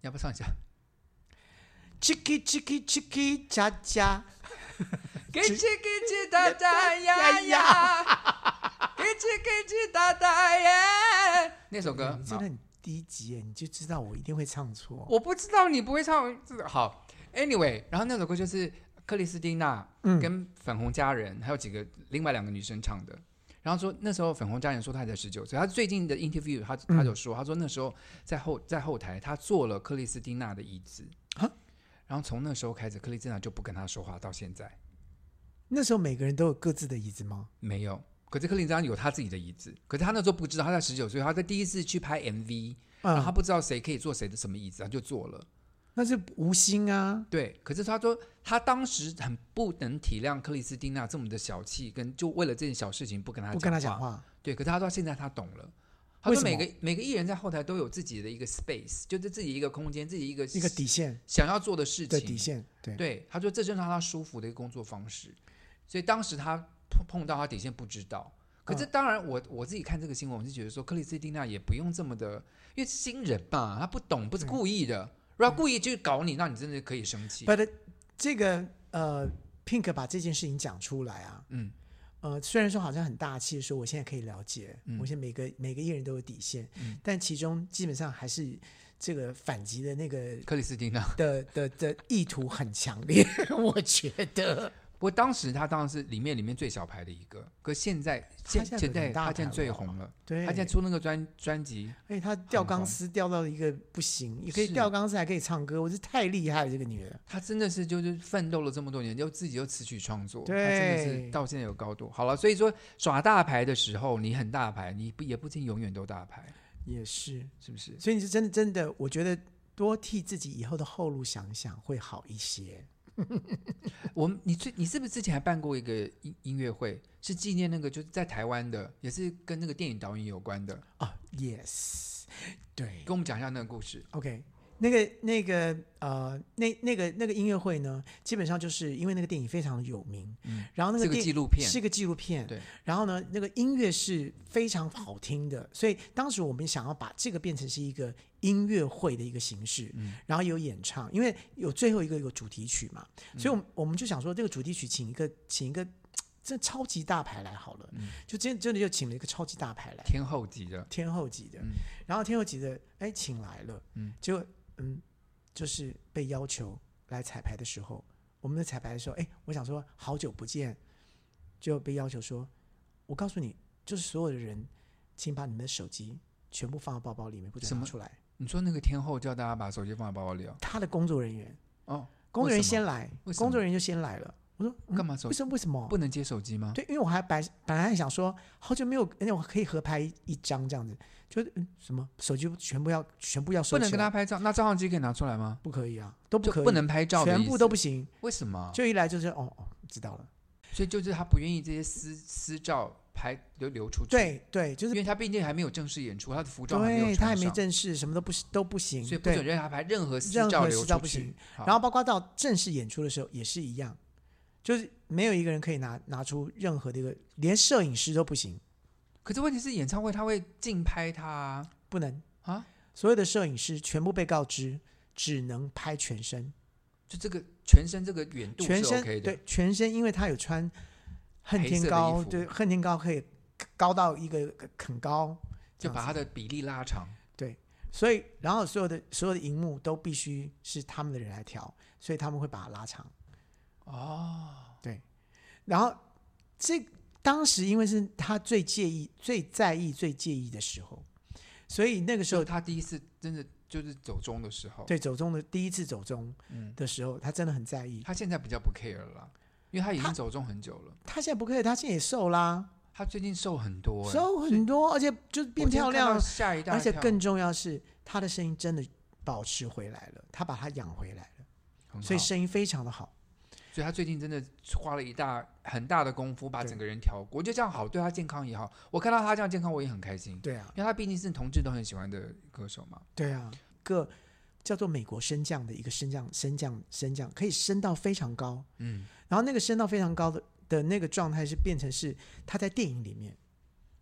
B: 要不要 唱一下？
A: ，Chicky Chicky Chicky 加加，
B: 给起给起哒哒呀呀，给起给起哒哒耶，那首歌
A: 你真的很第一集耶，你就知道我一定会唱错。
B: 我不知道你不会唱这个好。Anyway，然后那首歌就是克里斯蒂娜
A: 嗯，
B: 跟粉红佳人、还有几个另外两个女生唱的。然后说那时候粉红佳人说她才十九岁，她最近的 interview 她她就说，她说那时候在后在后台她坐了克里斯蒂娜的椅子
A: 啊，
B: 然后从那时候开始克里斯蒂娜就不跟她说话到现在
A: 那时候每个人都有各自的椅子吗？
B: 没有。可是克里斯蒂娜有她自己的椅子，可是她那时候不知道，她在十九岁，她在第一次去拍 MV，然后她
A: 嗯，
B: 不知道谁可以坐谁的什么椅子，她就坐了。
A: 那是无心啊。
B: 对，可是他说他当时很不能体谅克里斯蒂娜这么的小气，跟就为了这件小事情不跟他
A: 不跟他讲话，
B: 对，可是他说现在他懂了。他
A: 为
B: 说
A: 什
B: 每
A: 么
B: 个每个艺人在后台都有自己的一个 space，就是自己一个空间，自己一个
A: 一个底线
B: 想要做的事
A: 的
B: 情。
A: 底线，对，
B: 对，他说这正是让他舒服的一个工作方式。所以当时他碰碰到他底线不知道。可
A: 嗯
B: 是当然我，我自己看这个新闻，我是觉得说克里斯蒂娜也不用这么的，因为新人嘛，他不懂，
A: 嗯
B: 不是故意的。如果他故意去搞你，那你真的可以生气。
A: But 这个呃，Pink 把这件事情讲出来啊，
B: 嗯，
A: 呃，虽然说好像很大气，说我现在可以了解，
B: 嗯
A: 我现在每个每个艺人都有底线，
B: 嗯
A: 但其中基本上还是这个反击的那个
B: 克里斯汀娜。
A: 的的的意图很强烈， 我觉得
B: 不过当时他当然是里面里面最小牌的一个，可现在
A: 他现
B: 现
A: 在
B: 现
A: 很
B: 在
A: 大
B: 他
A: 牌
B: 现在
A: 了
B: 最
A: 吧
B: 红了，
A: 对，
B: 他现在出那个专专辑，
A: 而且她哎吊钢
B: 红
A: 丝吊到一个不行，也可以
B: 是
A: 吊钢丝还可以唱歌，我是太厉害了这个女人。
B: 他真的是就是奋斗了这么多年，又自己又词曲创作，他
A: 对
B: 真的是到现在有高度。好了，所以说耍大牌的时候，你很大牌，你不也不仅永远都大牌，
A: 也是，
B: 是不是？
A: 所以你是真的真的，我觉得多替自己以后的后路想想会好一些。
B: 我们你最你是不是之前还办过一个音音乐会，是纪念那个就是在台湾的，也是跟那个电影导演有关的，
A: 啊、y e s 对
B: 跟我们讲一下那个故事。
A: ，OK，那个那个呃，那那个那个音乐会呢，基本上就是因为那个电影非常有名，
B: 嗯，
A: 然后那
B: 是
A: 个
B: 个
A: 电
B: 纪录片，
A: 是个纪录片，
B: 对。
A: 然后呢，那个音乐是非常好听的，所以当时我们想要把这个变成是一个音乐会的一个形式，
B: 嗯
A: 然后有演唱，因为有最后一个有主题曲嘛，
B: 嗯
A: 所以我们我们就想说，这个主题曲请一个请一个这超级大牌来好了，
B: 嗯
A: 就真真的就请了一个超级大牌来，
B: 天后级的，
A: 天后级的，
B: 嗯
A: 然后天后级的哎请来了，
B: 嗯
A: 结果嗯就是被要求来彩排的时候，我们在彩排的时候，哎，我想说好久不见，就被要求说，我告诉你，就是所有的人，请把你们的手机全部放到包包里面，不
B: 什
A: 准
B: 么
A: 拿出来。
B: 你说那个天后叫大家把手机放在包包里哦？
A: 他的工作人员，
B: 哦，
A: 工作人
B: 为
A: 员
B: 什
A: 先
B: 么
A: 来，
B: 为什
A: 工
B: 么
A: 作人员就先来了。我说、嗯
B: 干嘛手
A: 为什么？为什么？
B: 不能接手机吗？
A: 对，因为我还本本来还想说，好久没有，呃那我可以合拍一一张这样子，就、嗯、什么手机全部要全部要收
B: 不能
A: 起
B: 跟
A: 来
B: 他拍照，那照相机可以拿出来吗？
A: 不可以啊，都不
B: 就
A: 可以，
B: 不能拍照的意思，啊
A: 全部都不行。
B: 为什么？
A: 就一来就是哦哦，知道了，
B: 所以就是他不愿意这些私私照拍流流出去，，
A: 对对，就
B: 因
A: 是
B: 为他毕竟还没有正式演出，他的服装还没有
A: 对
B: 穿
A: 他还没
B: 上
A: 正式，什么都不是都不行，
B: 所以不
A: 对
B: 准让他拍任何私
A: 任
B: 照
A: 何
B: 流
A: 私照
B: 出
A: 不
B: 去
A: 行。。
B: 好
A: 然后包括到正式演出的时候也是一样，就是没有一个人可以拿拿出任何的一个，连摄影师都不行，
B: 可是问题是演唱会他会竞拍他啊
A: 不能
B: 啊，
A: 所有的摄影师全部被告知只能拍全身，
B: 就这个全身这个远度
A: 全
B: 是
A: 身、
B: OK 的
A: 对，全身，因为他有穿恨
B: 黑色
A: 天
B: 的衣
A: 高，
B: 服
A: 对恨天高可以高到一个呃很高，这样
B: 就把
A: 子
B: 他的比例拉长。
A: 所以，然后所有的所有的荧幕都必须是他们的人来调，所以他们会把它拉长。
B: 哦，
A: 然后这当时因为是他最介意、最在意、最介意的时候，所以那个时
B: 就
A: 候
B: 他第一次真的就是走中的时候，
A: 对走中的第一次走中
B: 嗯，
A: 的时候，他真的很在意。
B: 他现在比较不 care 了啦，因为他已经走中很久了。
A: 他现在不可以，他现在也瘦啦，
B: 他最近瘦很多、欸，
A: 瘦很多，而且就是变
B: 我今天
A: 漂
B: 看到
A: 亮，
B: 吓一大跳，
A: 而且更重要是他的声音真的保持回来了，他把它养回来了，
B: 很好
A: 所以声音非常的好。
B: 所以他最近真的花了一大很大的功夫把
A: 对
B: 整个人调过，我觉得这样好，对他健康也好。我看到他这样健康，我也很开心，
A: 对啊，
B: 因为他毕竟是同志都很喜欢的歌手嘛。
A: 对啊，一个叫做美国升降的一个升降升降升降，可以升到非常高，
B: 嗯，
A: 然后那个升到非常高的的那个状态是变成是他在电影里面，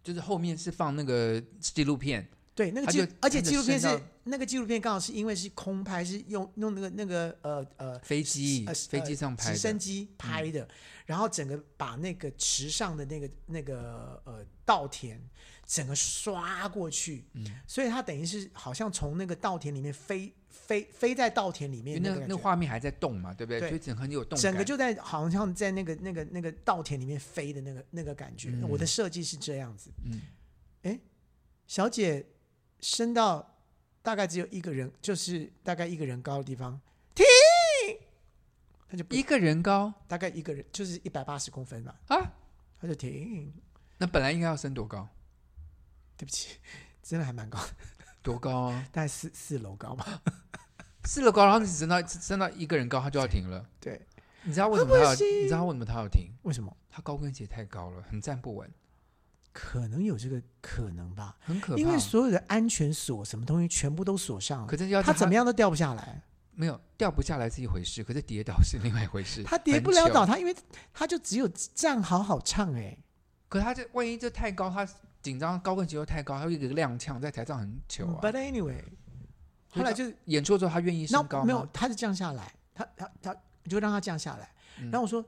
B: 就是后面是放那个纪录片，
A: 对那个
B: 他
A: 纪
B: 就，
A: 而且
B: 他就
A: 纪录片是
B: 升到
A: 那个纪录片刚好是因为是空拍，是用用那个那个呃呃
B: 飞机
A: 呃
B: 飞机上拍
A: 直升
B: 的，
A: 机拍的，然后整个把那个池上的那个那个呃稻田整个刷过去，
B: 嗯，
A: 所以它等于是好像从那个稻田里面飞飞飞在稻田里
B: 因
A: 面
B: 为那
A: 个感
B: 那
A: 觉。
B: 画面还在动嘛，对不对？
A: 对
B: 所以整个很有动感，
A: 整个就在好像在那个那个那个稻田里面飞的那个那个感觉，
B: 嗯
A: 我的设计是这样子。
B: 嗯，
A: 小姐升到大概只有一个人，就是大概一个人高的地方，停，她就不
B: 一个人高
A: 大概一个人就是一百八十公分嘛，
B: 啊，
A: 她就停。
B: 那本来应该要升多高？
A: 对不起，真的还蛮高的，
B: 多高啊？
A: 大概四四楼高吧。
B: 四楼高，然后你只升到升到一个人高，他就要停了。
A: 对，
B: 你知道为什么他要？
A: 他不行
B: 你知道为什么他要停？
A: 为什么？
B: 他高跟鞋太高了，很站不稳，
A: 可能有这个可能吧，
B: 很可怕。
A: 因为所有的安全锁什么东西全部都锁上了
B: 可，是要
A: 他怎么
B: 样？
A: 样都掉不下来。
B: 没有掉不下来是一回事，可是跌倒是另外一回事。
A: 他跌
B: 很
A: 不了
B: 糗
A: 倒，，他因为他就只有站好好唱哎、
B: 可他这万一这太高，他紧张高跟鞋又太高，他会一个踉跄在台上很糗啊。
A: But anyway，后来就
B: 演出之后他愿意
A: 那
B: 升高吗？
A: 没有，他就降下来，他他他就让他降下来。
B: 嗯
A: 然后我说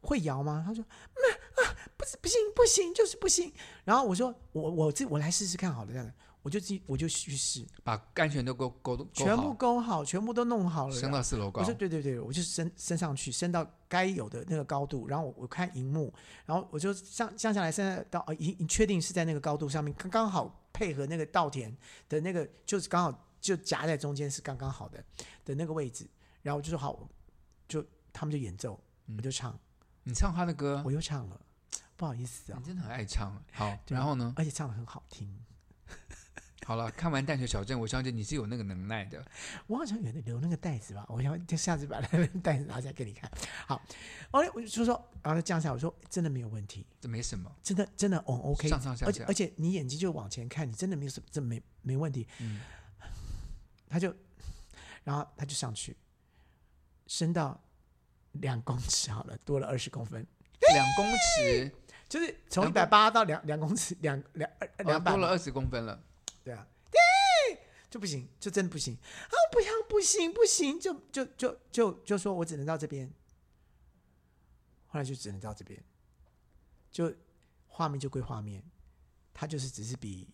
A: 会摇吗？他说那啊，不是不行不行，就是不行。然后我说我我自我来试试看好了，这样子，我就自己我就去试，
B: 把安全都勾勾勾好
A: 全部勾好，全部都弄好了。
B: 升到四楼高
A: 我说。对对对，我就升升上去，升到该有的那个高度，然后我我看荧幕，然后我就降降下来，现在到呃，已已确定是在那个高度上面，刚刚好配合那个稻田的那个，就是刚好就夹在中间是刚刚好的的那个位置，然后我就说好，我就他们就演奏，我就唱，
B: 你唱他的歌，
A: 我又唱了，不好意思啊
B: 你，真的很爱唱。好，
A: 对
B: 然后呢？
A: 而且唱的很好听，
B: 好了，看完《淡水小镇》，我相信你是有那个能耐的。
A: 我好像有留那个袋子吧，我要就下次把那个袋子拿起来给你看。好，后来我就说，然后就降下来，我说真的没有问题。
B: 这没什么，
A: 真的真的哦 OK，
B: 上上下
A: 而且
B: 下
A: 而且你眼睛就往前看，你真的没有什么，这没没问题。
B: 嗯
A: 他就，然后他就上去，升到两公尺好了，多了二十公分，
B: 两公尺，
A: 就是从一
B: 两
A: 百
B: 公
A: 八到两两公尺，两两二
B: 哦
A: 哎两百
B: 多了二十公分了。
A: 对啊，对，就不行，就真的不行啊！不要，不行，不行，就就就就就说我只能到这边，后来就只能到这边，就画面就归画面，它就是只是比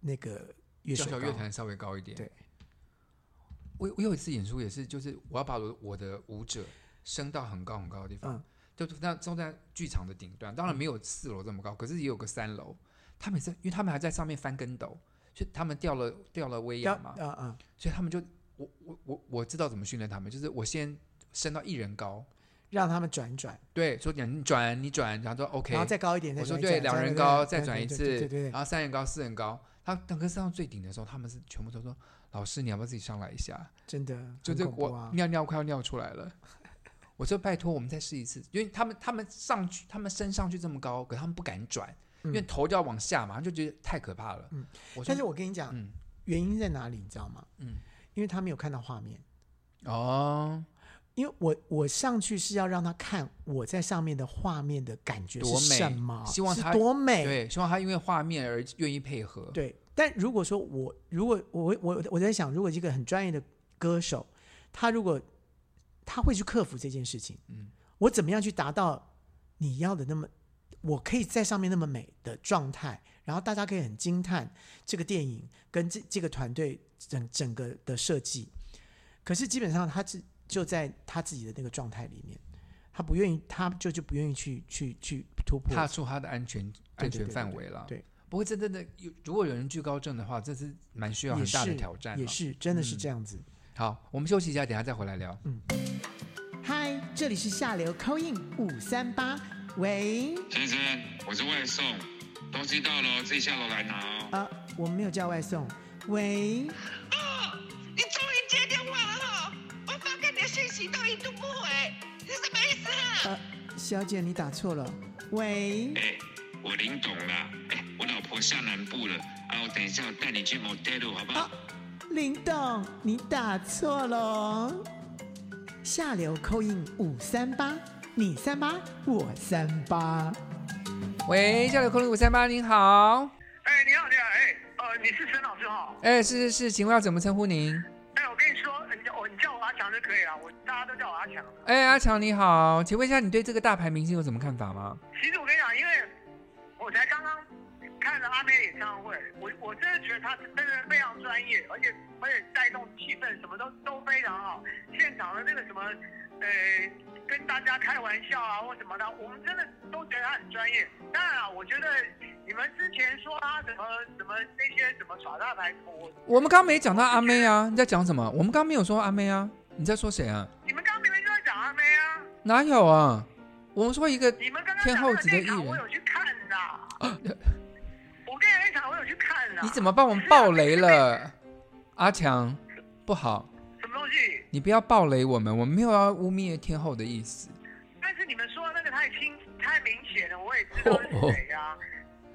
A: 那个乐
B: 小
A: 手
B: 小
A: 高
B: 乐坛稍微高一点。
A: 对，
B: 我我有一次演出也是，就是我要把我我的舞者升到很高很高的地方，
A: 嗯
B: 就是那都在剧场的顶端，当然没有四楼这么高，可是也有个三楼。他们也是，因为他们还在上面翻跟斗，所以他们掉了掉了威亚
A: 要
B: 嘛
A: 啊，啊，
B: 所以他们就我我我我知道怎么训练他们，就是我先升到一人高，
A: 让他们转一转，
B: 对，说你转你转，然后说 OK，
A: 然后再高一点，再
B: 我说
A: 转一
B: 对，
A: 转
B: 两
A: 再
B: 人
A: 转
B: 高
A: 一
B: 再转一次，
A: 对对对对
B: 然后三人高四人高。他等哥上到最顶的时候，他们是全部都说：“老师，你要不要自己上来一下
A: 真的？”
B: 就
A: 很
B: 这
A: 恐怖
B: 我、
A: 啊，
B: 尿尿快要尿出来了。我说：“拜托，我们再试一次。”因为他们他们上去，他们升上去这么高，可他们不敢转，因为
A: 嗯
B: 头就要往下嘛，他就觉得太可怕了。
A: 嗯
B: 我说
A: 但是我跟你讲，
B: 嗯
A: 原因在哪里，你知道吗？
B: 嗯
A: 因为他没有看到画面。
B: 哦，
A: 因为我我上去是要让他看我在上面的画面的感觉
B: 多
A: 是
B: 美
A: 什么，
B: 希望
A: 是
B: 他
A: 多美。
B: 对，希望他因为画面而愿意配合。
A: 哎对，但如果说我如果我我我在想，如果一个很专业的歌手，他如果他会去克服这件事情，
B: 嗯，
A: 我怎么样去达到你要的那么，我可以在上面那么美的状态，然后大家可以很惊叹这个电影跟这这个团队整整个的设计。可是基本上他是就在他自己的那个状态里面，他不愿意，他就就不愿意去去去突破。
B: 踏出他的安全
A: 对对
B: 安
A: 对
B: 全
A: 对
B: 范
A: 对
B: 围了。
A: 对
B: 不过这真的有，如果有人惧高症的话，这是蛮需要很
A: 也
B: 大的
A: 是
B: 挑战
A: 也
B: 了
A: 是，真的是
B: 嗯
A: 这样子。
B: 好，我们休息一下，等一下再回来聊。
A: 嗨，这里是下流 c in 五三八，喂，
C: 先生，我是外送，东西到了自己下楼来拿哦。
A: 呃，我们没有叫外送，喂，
D: 哦，你终于接电话了哈！我发给你的信息都一度不回，你什么意思啊？
A: 呃，小姐你打错了，喂
C: 哎、，我林董啦，哎、我老婆下南部了，啊，我等一下我带你去 motel 好不好？
A: 啊林董你打错了哦，下流 c in 五三八，你三八我三八，
B: 喂，交流空零五三八，您好。
E: 哎，你好，你好，哎，哦，呃，你是陈老师哈？
B: 哎，是是是，请问要怎么称呼您？
E: 哎，我跟你说，呃你叫我你叫我阿强就可以了，我大家都叫我阿强。
B: 哎，阿强你好，请问一下你对这个大牌明星有什么看法吗？
E: 其实我跟你讲，因为我才刚刚看了阿妹的演唱会，我我真的觉得她真的非常专业，而且而且带动气氛什么都都非常好。现场的那个什么，呃，跟大家开玩笑啊或什么的，我们真的都觉得她很专业。当然了，我觉得你们之前说她什么什么那些什么耍大牌什么，我
B: 我们刚刚没讲到阿妹啊，你在讲什么？我们刚刚没有说阿妹啊，你在说谁啊？
E: 你们刚刚明明就在讲阿妹啊，
B: 哪有啊？我们说一个
E: 你们刚刚
B: 天
E: 讲
B: 后
E: 那个
B: 级的
E: 那场
B: 艺人
E: 我
B: 啊
E: 有去看的。我跟你那场我有去看的。
B: 你怎么帮我们爆雷了？阿强，不好，
E: 什么东西？
B: 你不要爆雷我们，我们没有要污蔑天后的意思。
E: 但是你们说的那个太清太明显了，我也知道是谁啊。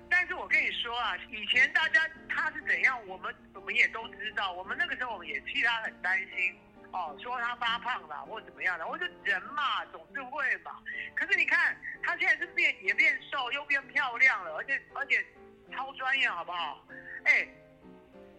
E: 但是我跟你说啊，以前大家他是怎样，我们我们也都知道，我们那个时候我们也替他很担心哦，说他发胖了或怎么样的，或者人嘛总是会嘛。可是你看他现在是变也变瘦又变漂亮了，而且而且超专业，好不好？哎。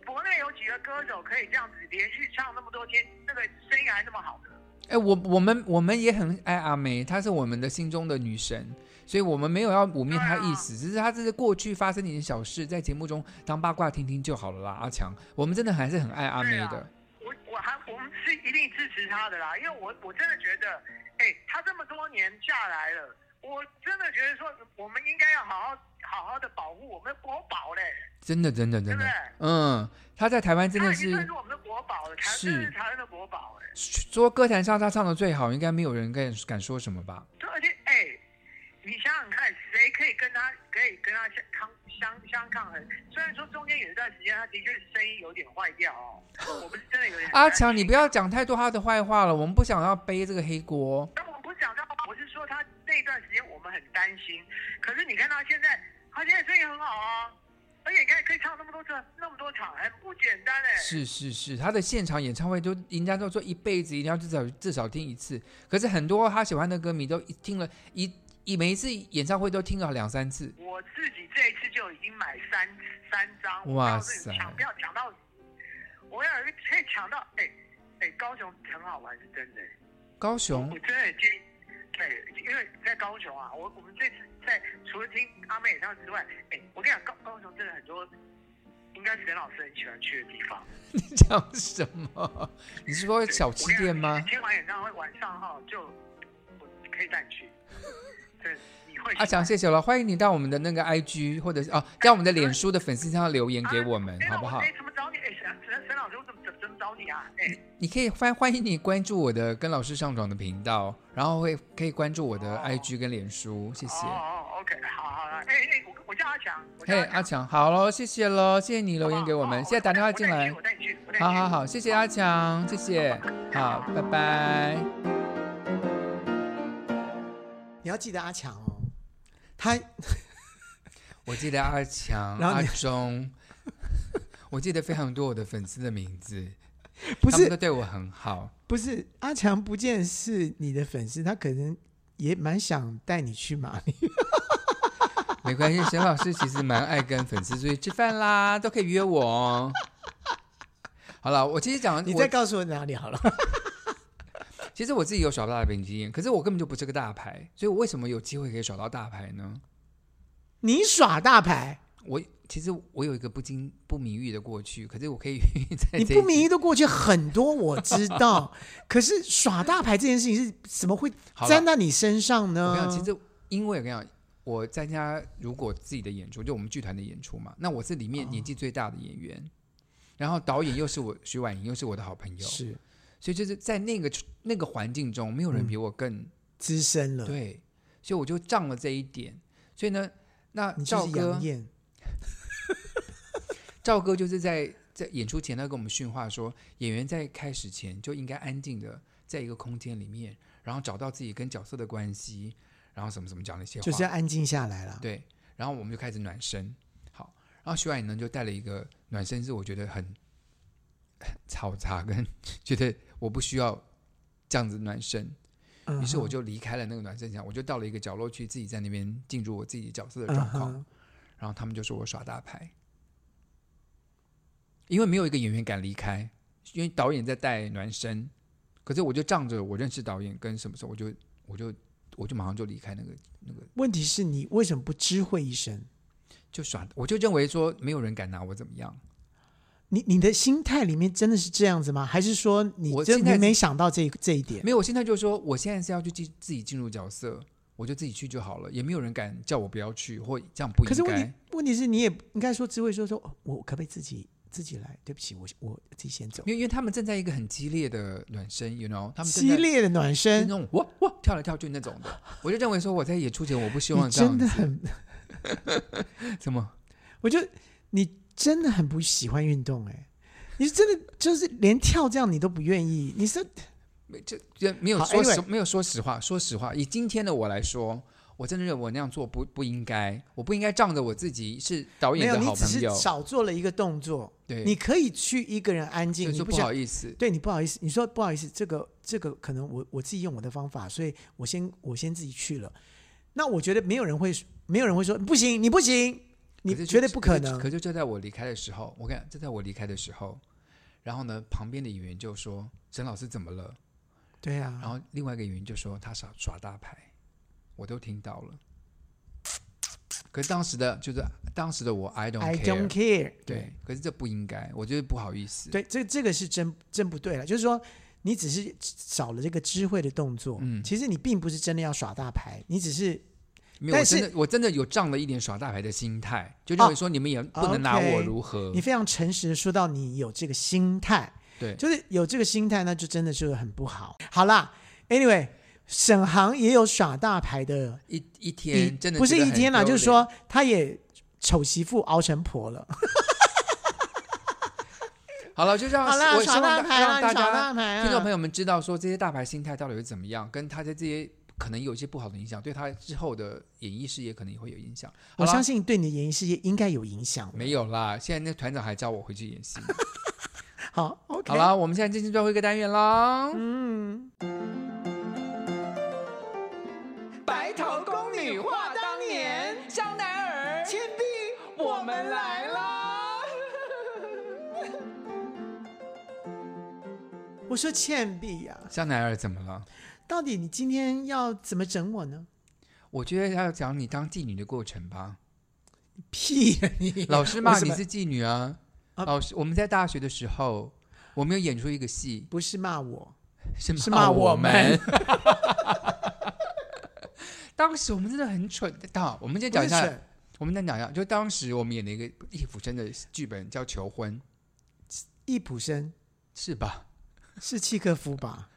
E: 国内有几个歌手可以这样子连续唱那么多天，那个声音还那么好的？
B: 哎，我我们我们也很爱阿妹，她是我们的心中的女神，所以我们没有要污蔑她意思，只是她这是过去发生的一些小事，在节目中当八卦听听就好了啦。阿强，我们真的还是很爱阿妹
E: 对
B: 的
E: 啊。我我还我们是一定支持他的啦，因为我我真的觉得，哎、他这么多年下来了，我真的觉得说，我们应该要好好好好的保护我们的国宝嘞，
B: 真的，真的，真的
E: 对，
B: 嗯，她在台湾真
E: 他
B: 的
E: 已经算
B: 是
E: 是我们的国宝了，台
B: 是
E: 真的是台湾的国宝哎、
B: 说歌坛上她唱的最好，应该没有人敢敢说什么吧？
E: 对，而且哎、你想想看，谁可以跟他可以跟他相抗相相抗衡？虽然说中间有一段时间，他的确是声音有点坏掉哦，我们是真的有点
B: 阿
E: 担
B: 强，你
E: 心
B: 不要讲太多她的坏话了，我们不想要背这个黑锅。
E: 但我们不讲到，我是说他那段时间我们很担心。可是你看他现在，他现在声音很好啊，而且你看可以唱那么多次，那么多场，很不简单哎、
B: 是是是，他的现场演唱会都人家都说一辈子一定要至少至少听一次，可是很多他喜欢的歌迷都一听了一一每一次演唱会都听了两三次。
E: 我自己这一次就已经买三三张，
B: 哇
E: 我告诉你
B: 塞
E: 抢票抢到，我要有一个可以抢到，哎、哎、高雄很好玩，是真的、
B: 高 雄
E: 我真的建议，对，因为在高雄啊，我我们这次在除了听阿妹演唱之外，哎、我跟你讲，高高雄真的很多，应该是沈老师很喜欢去的地方。
B: 你讲什么？你是说小吃店
E: 我
B: 吗
E: 跟你讲？听完演唱会晚上哈，就我可以带你 去。对，你会
B: 阿强，谢谢了，欢迎你到我们的那个 IG 或者是哦，在我们的脸书的粉丝上留言给我们，
E: 哎
B: 好不好
E: 哎，？怎么找你？哎，沈沈沈老师，我怎么怎么怎么找你啊？哎，
B: 你可以欢欢迎你关注我的跟老师上床的频道，然后会可以关注我的
E: 哦
B: IG 跟脸书，谢谢。
E: 哦哦，OK，好好好，哎哎，我我叫阿强，我
B: 嘿
E: 叫，
B: 阿，强，好喽，谢谢喽，谢谢你留言给我
E: 好
B: 们，
E: 不好
B: 现在打电话进来
E: 哦我。带你去，我带你去，我带你去
B: 好好。好，谢谢阿强，谢谢，好，拜拜。
A: 你要记得阿强哦，他
B: 我记得阿强、
A: 然后
B: 阿
A: 你
B: 忠， 我记得非常多我的粉丝的名字，
A: 不
B: 他们
A: 是
B: 都对我很好。
A: 不是阿强，不见是你的粉丝，他可能也蛮想带你去 马尼。
B: 没关系，沈老师其实蛮爱跟粉丝出去吃饭啦， 都可以约我哦。好了，我其实讲，
A: 你
B: 我
A: 再告诉我哪里好了。
B: 其实我自己有耍大牌经验，可是我根本就不是个大牌，所以我为什么有机会可以耍到大牌呢？
A: 你耍大牌，
B: 我其实我有一个不经不名誉的过去，可是我可以 在
A: 你
B: 这
A: 不
B: 一
A: 明
B: 集
A: 义的过去很多，我知道。可是耍大牌这件事情是怎么会
B: 好了
A: 沾到你身上
B: 我
A: 呢
B: 跟你？讲，其实因为我跟你讲，我参加如果自己的演出，就我们剧团的演出嘛，那我是里面
A: 哦
B: 年纪最大的演员，然后导演又是我徐婉莹，又是我的好朋友，
A: 是
B: 所以就是在那个那个环境中，没有
A: 嗯
B: 人比我更、
A: 资深了，
B: 对，所以我就仗了这一点，所以呢，那
A: 你就
B: 赵
A: 是
B: 哥
A: 杨艳。
B: 赵哥就是在在演出前，他跟我们训话说，演员在开始前就应该安静的在一个空间里面，然后找到自己跟角色的关系，然后什么什么讲那些话，
A: 就是要安静下来了。
B: 啊对，然后我们就开始暖身。好，然后徐婉莹呢就带了一个暖身是我觉得很很嘈杂，跟觉得我不需要这样子暖身，
A: 嗯哼，
B: 于是我就离开了那个暖身场，我就到了一个角落去，自己在那边进入我自己角色
A: 嗯
B: 的状况。
A: 哼，
B: 然后他们就说我耍大牌，因为没有一个演员敢离开，因为导演在带暖身。可是我就仗着我认识导演跟什么时候，我就我就我就马上就离开那个那个，
A: 问题是你为什么不知会一声？
B: 就耍，我就认为说没有人敢拿我怎么样。
A: 你你的心态里面真的是这样子吗？还是说你
B: 我
A: 真
B: 心态
A: 没
B: 是
A: 没想到这一这一点？
B: 没有，我现在就说，我现在是要去进自己进入角色，我就自己去就好了，也没有人敢叫我不要去，或这样不
A: 可是
B: 应
A: 问
B: 该
A: 题。问题是你也应该说知会说说，哦我可不可以自己自己来？对不起，我我自己先走。
B: 因为因为他们正在一个很激烈的暖身，you know，他们正
A: 激
B: 在
A: 烈的暖
B: 是那
A: 身，
B: 种哇哇跳来跳去那种的，我就认为说我在演出前我不希望
A: 你
B: 这样
A: 真的
B: 子，
A: 很，
B: 什么？
A: 我就你真的很不喜欢运动哎、你是真的就是连跳这样你都不愿意，你是
B: 没这这没有
A: 好
B: 说实
A: anyway
B: 没有说实话，说实话，以今天的我来说，我真的认为我那样做不不应该，我不应该仗着我自己是导
A: 没
B: 演
A: 有，
B: 的
A: 你
B: 好
A: 只
B: 朋
A: 是
B: 友，
A: 少做了一个动作。
B: 对，
A: 你可以去一个人安静，
B: 就
A: 你
B: 说
A: 不
B: 不
A: 想
B: 好意思，
A: 对你不好意思，你说不好意思，这个这个可能我我自己用我的方法，所以我先我先自己去了。那我觉得没有人会没有人会说不行，你不行，你
B: 可是就
A: 绝对不可
B: 是
A: 能
B: 可。就就在我离开的时候，我看就在我离开的时候，然后呢，旁边的演员就说：“沈老师怎么了？”
A: 对
B: 然
A: 啊，
B: 后另外一个演员就说：“他耍耍大牌。”我都听到了。可是当时的就是当时的我，I don't
A: ，I don't
B: care。
A: care 对。
B: 对，可是这不应该，我觉得不好意思。
A: 对，这这个是真真不对了，就是说你只是少了这个知会的动作，
B: 嗯
A: 其实你并不是真的要耍大牌，你只是
B: 没有，
A: 但
B: 我真
A: 是
B: 的我真的有仗了一点耍大牌的心态，就认为
A: 哦
B: 说你们也不能拿
A: OK
B: 我如何。
A: 你非常诚实的说到你有这个心态，
B: 对，
A: 就是有这个心态，那就真的是很不好。好啦，anyway，沈航也有耍大牌的
B: 一一
A: 一，
B: 天真的
A: 不是
B: 觉得
A: 一
B: 很
A: 天啦，
B: 丢
A: 就是
B: 脸
A: 说他也丑媳妇熬成婆了。
B: 好了，就 让
A: 好啦
B: 啊我希
A: 耍
B: 望
A: 大
B: 大
A: 牌啦
B: 让大
A: 你耍大
B: 家
A: 牌啊
B: 听众朋友们知道说这些大牌心态到底是怎么样，跟他在这些可能有一些不好的影响，对他之后的演艺事业可能也会有影响。
A: 我
B: 好啦
A: 相信对你的演艺事业应该有影响。
B: 没有啦，现在那团长还叫我回去 演戏。
A: 好，OK，
B: 好了，我们现在进行最后一个单元啦。
A: 嗯，
B: 白头宫女话当年，香奈儿、倩碧，我们来啦！
A: 我说倩碧啊呀、
B: 香奈儿怎么了？
A: 到底你今天要怎么整我呢？
B: 我觉得要讲你当妓女的过程吧。
A: 屁啊你！
B: 老师骂
A: 为什
B: 你
A: 么
B: 是妓女啊！
A: 啊
B: 老师，我们在大学的时候，我们有演出一个戏，
A: 不是骂我，
B: 是
A: 是骂
B: 骂
A: 我
B: 们。 当时我们真的很蠢。好，我们先
A: 不
B: 讲
A: 是
B: 一下，
A: 蠢，
B: 我们再讲一下，就当时我们演了一个易卜生的剧本叫《求婚》，
A: 易卜生
B: 是吧？
A: 是契诃夫 吧？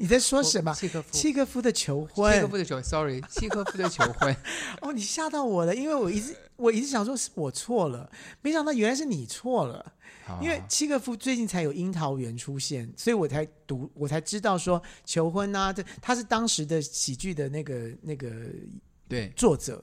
A: 你在说什么？
B: 契诃夫。
A: 契诃夫的求婚，
B: 契诃夫的求，sorry，契诃夫的求婚，
A: 哦，你吓到我了，因为我一直我一直想说是我错了，没想到原来是你错了。
B: 好
A: 因为契诃夫最近才有樱桃园出现，所以我才读我才知道说求婚啊，这他是当时的喜剧的那个那个
B: 对，
A: 作者，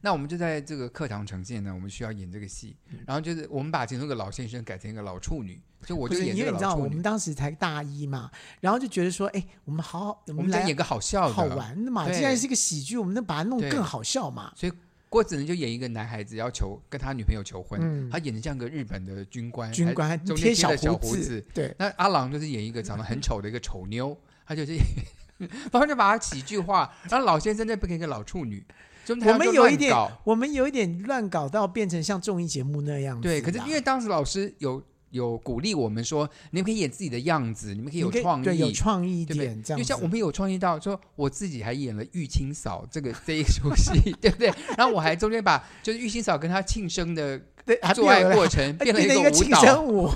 B: 那我们就在这个课堂呈现呢，我们需要演这个戏，
A: 嗯
B: 然后就是我们把其中一个老先生改成一个老处女，就我
A: 不
B: 就是演
A: 因为
B: 这个
A: 你知道
B: 老
A: 我
B: 处
A: 们
B: 女，
A: 当时才大一嘛，然后就觉得说，哎，我们好好，我
B: 我
A: 们
B: 们
A: 来
B: 再演个好笑的，
A: 好玩的嘛，
B: 对
A: 既然是一个喜剧，我们能把它弄
B: 对
A: 更好笑嘛。
B: 郭子能就演一个男孩子要求跟他女朋友求婚，
A: 嗯
B: 他演的像个日本的军官，
A: 军官
B: 哎还
A: 还
B: 中间
A: 小
B: 了小
A: 胡
B: 子。，
A: 对，
B: 那阿郎就是演一个长得很丑的一个丑妞，他就是， 然后就把他喜剧化，然后老先生再变成一个老处女，就他
A: 我
B: 们
A: 们
B: 就
A: 有
B: 乱
A: 一点
B: 搞，
A: 我们有一点乱搞到变成像综艺节目那样子啦。
B: 对，可是因为当时老师有有鼓励我们说，你们可以演自己的样子，你们可
A: 你
B: 以有
A: 可以
B: 创意，
A: 对有创意一
B: 对不对
A: 点这样
B: 就
A: 子。
B: 像我们有创意到说，我自己还演了玉清嫂这个这一出戏， 对不对？然后我还中间把就是玉清嫂跟她庆生的
A: 对还
B: 做
A: 变
B: 爱
A: 有了
B: 过程
A: 哎
B: 变了
A: 成一
B: 个舞
A: 庆
B: 蹈，
A: 生舞，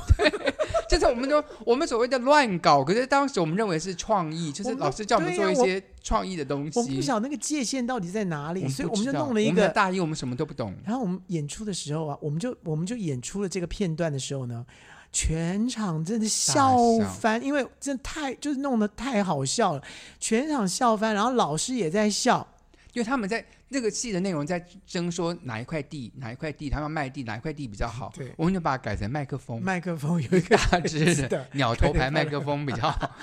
B: 就是我们都我们所谓的乱搞，可是当时我们认为是创意，就
A: 我
B: 是
A: 们
B: 老师叫我们
A: 对
B: 做
A: 呀
B: 一
A: 我
B: 些创意的东西。
A: 我们不晓得那个界限到底在哪
B: 我
A: 里，
B: 们
A: 所以
B: 不
A: 我们
B: 知
A: 就
B: 道
A: 弄了一
B: 我们的
A: 个。
B: 大一，我们什么都不懂。
A: 然后我们演出的时候啊，我们就我们就演出了这个片段的时候呢，全场真的笑
B: 笑
A: 翻，因为真的太就是弄得太好笑了，全场笑翻，然后老师也在笑，
B: 因为他们在那个戏的内容在争说哪一块地哪一块地，他们要卖地哪一块地比较好，
A: 对
B: 我们就把它改成麦克风，
A: 麦克风有一个
B: 大 致
A: 是
B: 的
A: 的
B: 鸟头牌
A: 对
B: 麦克风比较好，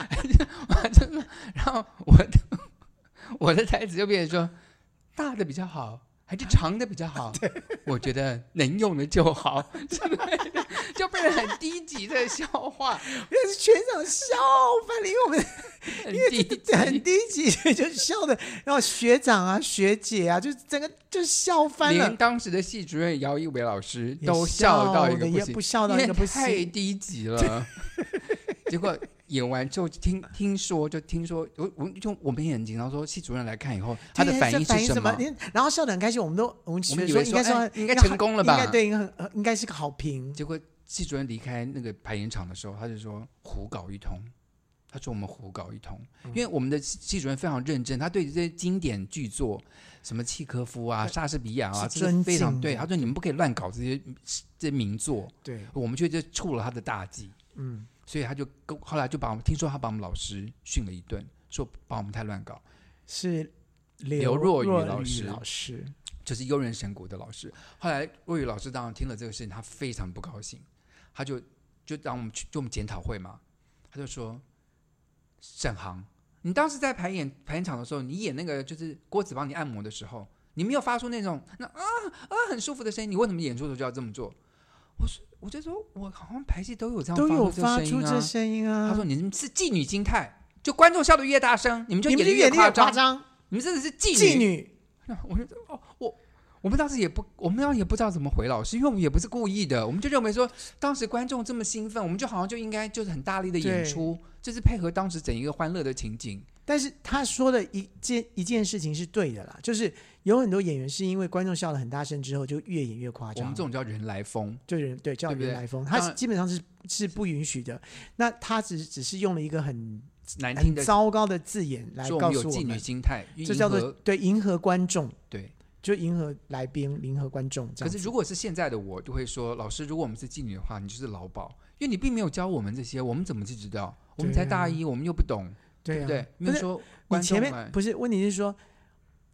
B: 哇真的。然后我的我的台词就变成说大的比较好，还是长的比较 好。我觉得能用的就好， 之类的就变得很低级的笑话，
A: 但是全场笑翻了，因为我们
B: 很
A: 因为
B: 低
A: 这很
B: 级。
A: 低级，就笑的，然后学长啊、学姐啊，就整个就笑翻
B: 连
A: 了，
B: 当时的系主任姚一伟老师
A: 也
B: 都
A: 笑
B: 到一
A: 得
B: 个
A: 也
B: 行，
A: 不笑到
B: 因
A: 一
B: 为
A: 个不
B: 太
A: 行
B: 低级 了。结果演完之后，听听说就听说，我我就我们也很紧张，说系主任来看以后，他的
A: 对
B: 反
A: 这
B: 应
A: 反
B: 是
A: 应
B: 什嗯
A: 么？你然后笑得很开心，我们都我们觉得
B: 以为
A: 应
B: 说
A: 该说
B: 哎
A: 他
B: 应该
A: 他
B: 成功了吧
A: 应该对，应该很应该是个好评。
B: 结果系主任离开那个排演场的时候，他就说胡搞一通。他说我们胡搞一通，
A: 嗯
B: 因为我们的系系主任非常认真，他对这些经典巨作，什么契科夫啊、莎士比亚啊，
A: 是
B: 这
A: 尊
B: 是非
A: 敬
B: 常
A: 的
B: 对。他说你们不可以乱搞这些这些名作，
A: 对，
B: 我们觉得这触了他的大忌，
A: 嗯，
B: 所以他就跟后来就把我们听说他把我们老师训了一顿，说把我们太乱搞，
A: 是
B: 刘若
A: 雨
B: 愚老师
A: 老师，
B: 就是悠人神谷的老师。后来若雨老师当然听了这个事情，他非常不高兴，他就就让我们去就我们检讨会嘛，他就说：“沈航，你当时在排演排演场的时候，你演那个就是郭子帮你按摩的时候，你没有发出那种那啊啊很舒服的声音，你为什么演出的时候就要这么做？”我说：“我就说我好像排戏都有这样
A: 都有
B: 发
A: 发
B: 出
A: 出
B: 这声音啊。
A: 这声音啊。
B: 他说：“你们是妓女心态，就观众笑的越大声，你们就
A: 你
B: 演
A: 们
B: 的
A: 就演的
B: 夸
A: 越夸张，
B: 你们真的是
A: 妓女。
B: 那我就哦，我我们当时也不，我们当时也不知道怎么回老师，因为我们也不是故意的，我们就认为说，当时观众这么兴奋，我们就好像就应该就是很大力的演
A: 对
B: 出，就是配合当时整一个欢乐的情景。
A: 但是他说的一件一件事情是对的啦，就是有很多演员是因为观众笑得很大声之后，就越演越夸
B: 我们
A: 张
B: 这。种叫人来疯，
A: 对人对叫
B: 对不对
A: 人来疯，
B: 当
A: 他
B: 然
A: 是基本上是是不允许的。那他只只是用了一个很
B: 难听
A: 很
B: 的
A: 糟糕的字眼来
B: 说我
A: 告
B: 们有
A: 诉我
B: 妓女
A: 们，
B: 心态，
A: 这
B: 迎
A: 叫做
B: 合
A: 对迎合观众，
B: 对。
A: 就迎合来宾、迎合观众这
B: 可
A: 样
B: 是
A: 子。
B: 如果是现在的我，就会说，老师，如果我们是妓女的话，你就是劳保，因为你并没有教我们这些，我们怎么去知道？我们才
A: 对啊
B: 大一，我们又不懂，
A: 对
B: 不
A: 啊
B: 对？
A: 不
B: 没有
A: 是
B: 说
A: 你
B: 观
A: 前
B: 众哎
A: 面
B: 来
A: 不是问题是说，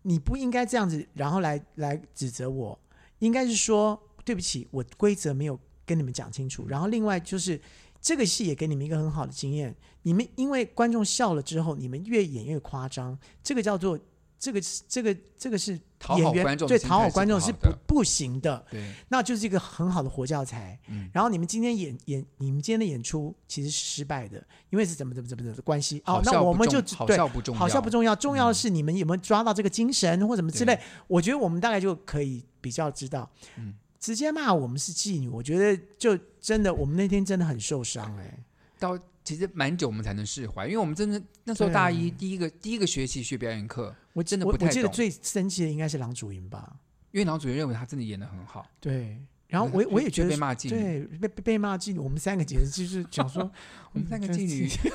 A: 你不应该这样子，然后来来指责我，应该是说对不起，我规则没有跟你们讲清楚。然后另外就是这个戏也给你们一个很好的经验，你们因为观众笑了之后，你们越演越夸张，这个叫做这个这个这个是
B: 讨好
A: 演员
B: 观众的
A: 对
B: 心
A: 讨
B: 态
A: 好
B: 是
A: 观
B: 不
A: 众
B: 好
A: 是
B: 的
A: 不不行的，
B: 对
A: 那就是一个很好的活教材。
B: 嗯
A: 然后你们今天演演你们今天的演出其实是失败的，因为是怎么怎么怎么怎么的关系哦
B: 好，
A: 那
B: 笑
A: 我
B: 不
A: 们就
B: 重
A: 只
B: 好
A: 对
B: 笑不重
A: 好
B: 要
A: 笑不重要，重要的是你们有没有抓到这个精神或什么之类
B: 对。
A: 我觉得我们大概就可以比较知道，
B: 嗯
A: 直接骂我们是妓女，我觉得就真的我们那天真的很受伤哎、
B: 到其实蛮久我们才能释怀，因为我们真的那时候
A: 对啊
B: 大一第一个第一个学期学表演课，
A: 我
B: 真的
A: 我
B: 不
A: 我
B: 太
A: 记得
B: 懂，
A: 最生气的应该是郎主云吧？
B: 因为郎主任认为他真的演的很好，
A: 对，然后
B: 对
A: 我也
B: 就
A: 我也
B: 就
A: 觉得
B: 被骂妓女
A: 对被被被骂妓女，我们三个简直就是讲 说
B: 我们三个
A: 嗯
B: 妓
A: 就
B: 女
A: 是。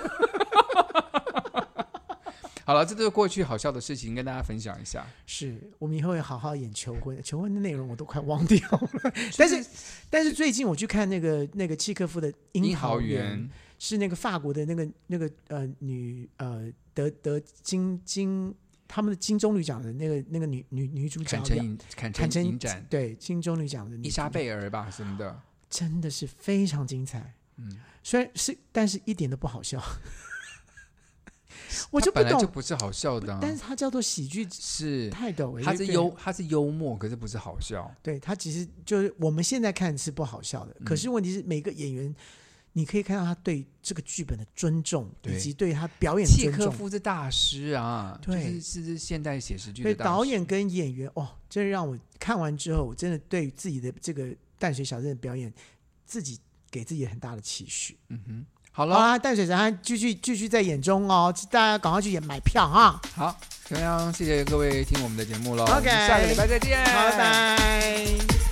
B: 好了，这都是过去好笑的事情，跟大家分享一下。
A: 是我们以后会好好演求婚，求婚的内容我都快忘掉了。 但是，但是最近我去看那个那个契科夫的《
B: 樱
A: 桃
B: 桃
A: 园》，
B: 园
A: 是那个法国的那个那个呃女呃得得金金他们的金棕榈奖的那个那个女女女主角
B: 坎城影
A: 坎
B: 坎城
A: 城
B: 影展，
A: 对金棕榈奖的女主
B: 伊莎
A: 角
B: 贝尔吧什么的，
A: 真的是非常精彩，
B: 嗯，
A: 虽然是但是一点都不好 笑，我
B: 它
A: 就不
B: 本来
A: 懂
B: 就不是好笑的啊，
A: 但是它叫做喜剧
B: 是
A: 泰斗，我
B: 它
A: 就是对
B: 幽它是幽默，可是不是好笑。
A: 对他其实就是我们现在看是不好笑的，可
B: 嗯
A: 是问题是每个演员，你可以看到他对这个剧本的尊重，
B: 对
A: 以及对他表演的
B: 契
A: 尊
B: 科
A: 重。
B: 夫是大师啊，就
A: 对
B: 是是是现代写实剧
A: 对
B: 的大师
A: 导演跟演员，哦，这让我看完之后，我真的对自己的这个淡水小镇的表演，自己给自己很大的期许。
B: 嗯哼，好
A: 好
B: 了，
A: 啦，淡水小镇继续继续在眼中哦，大家赶快去演买票啊！
B: 好，同样谢谢各位听我们的节目喽
A: OK
B: 我们下个礼拜再见，
A: 拜拜。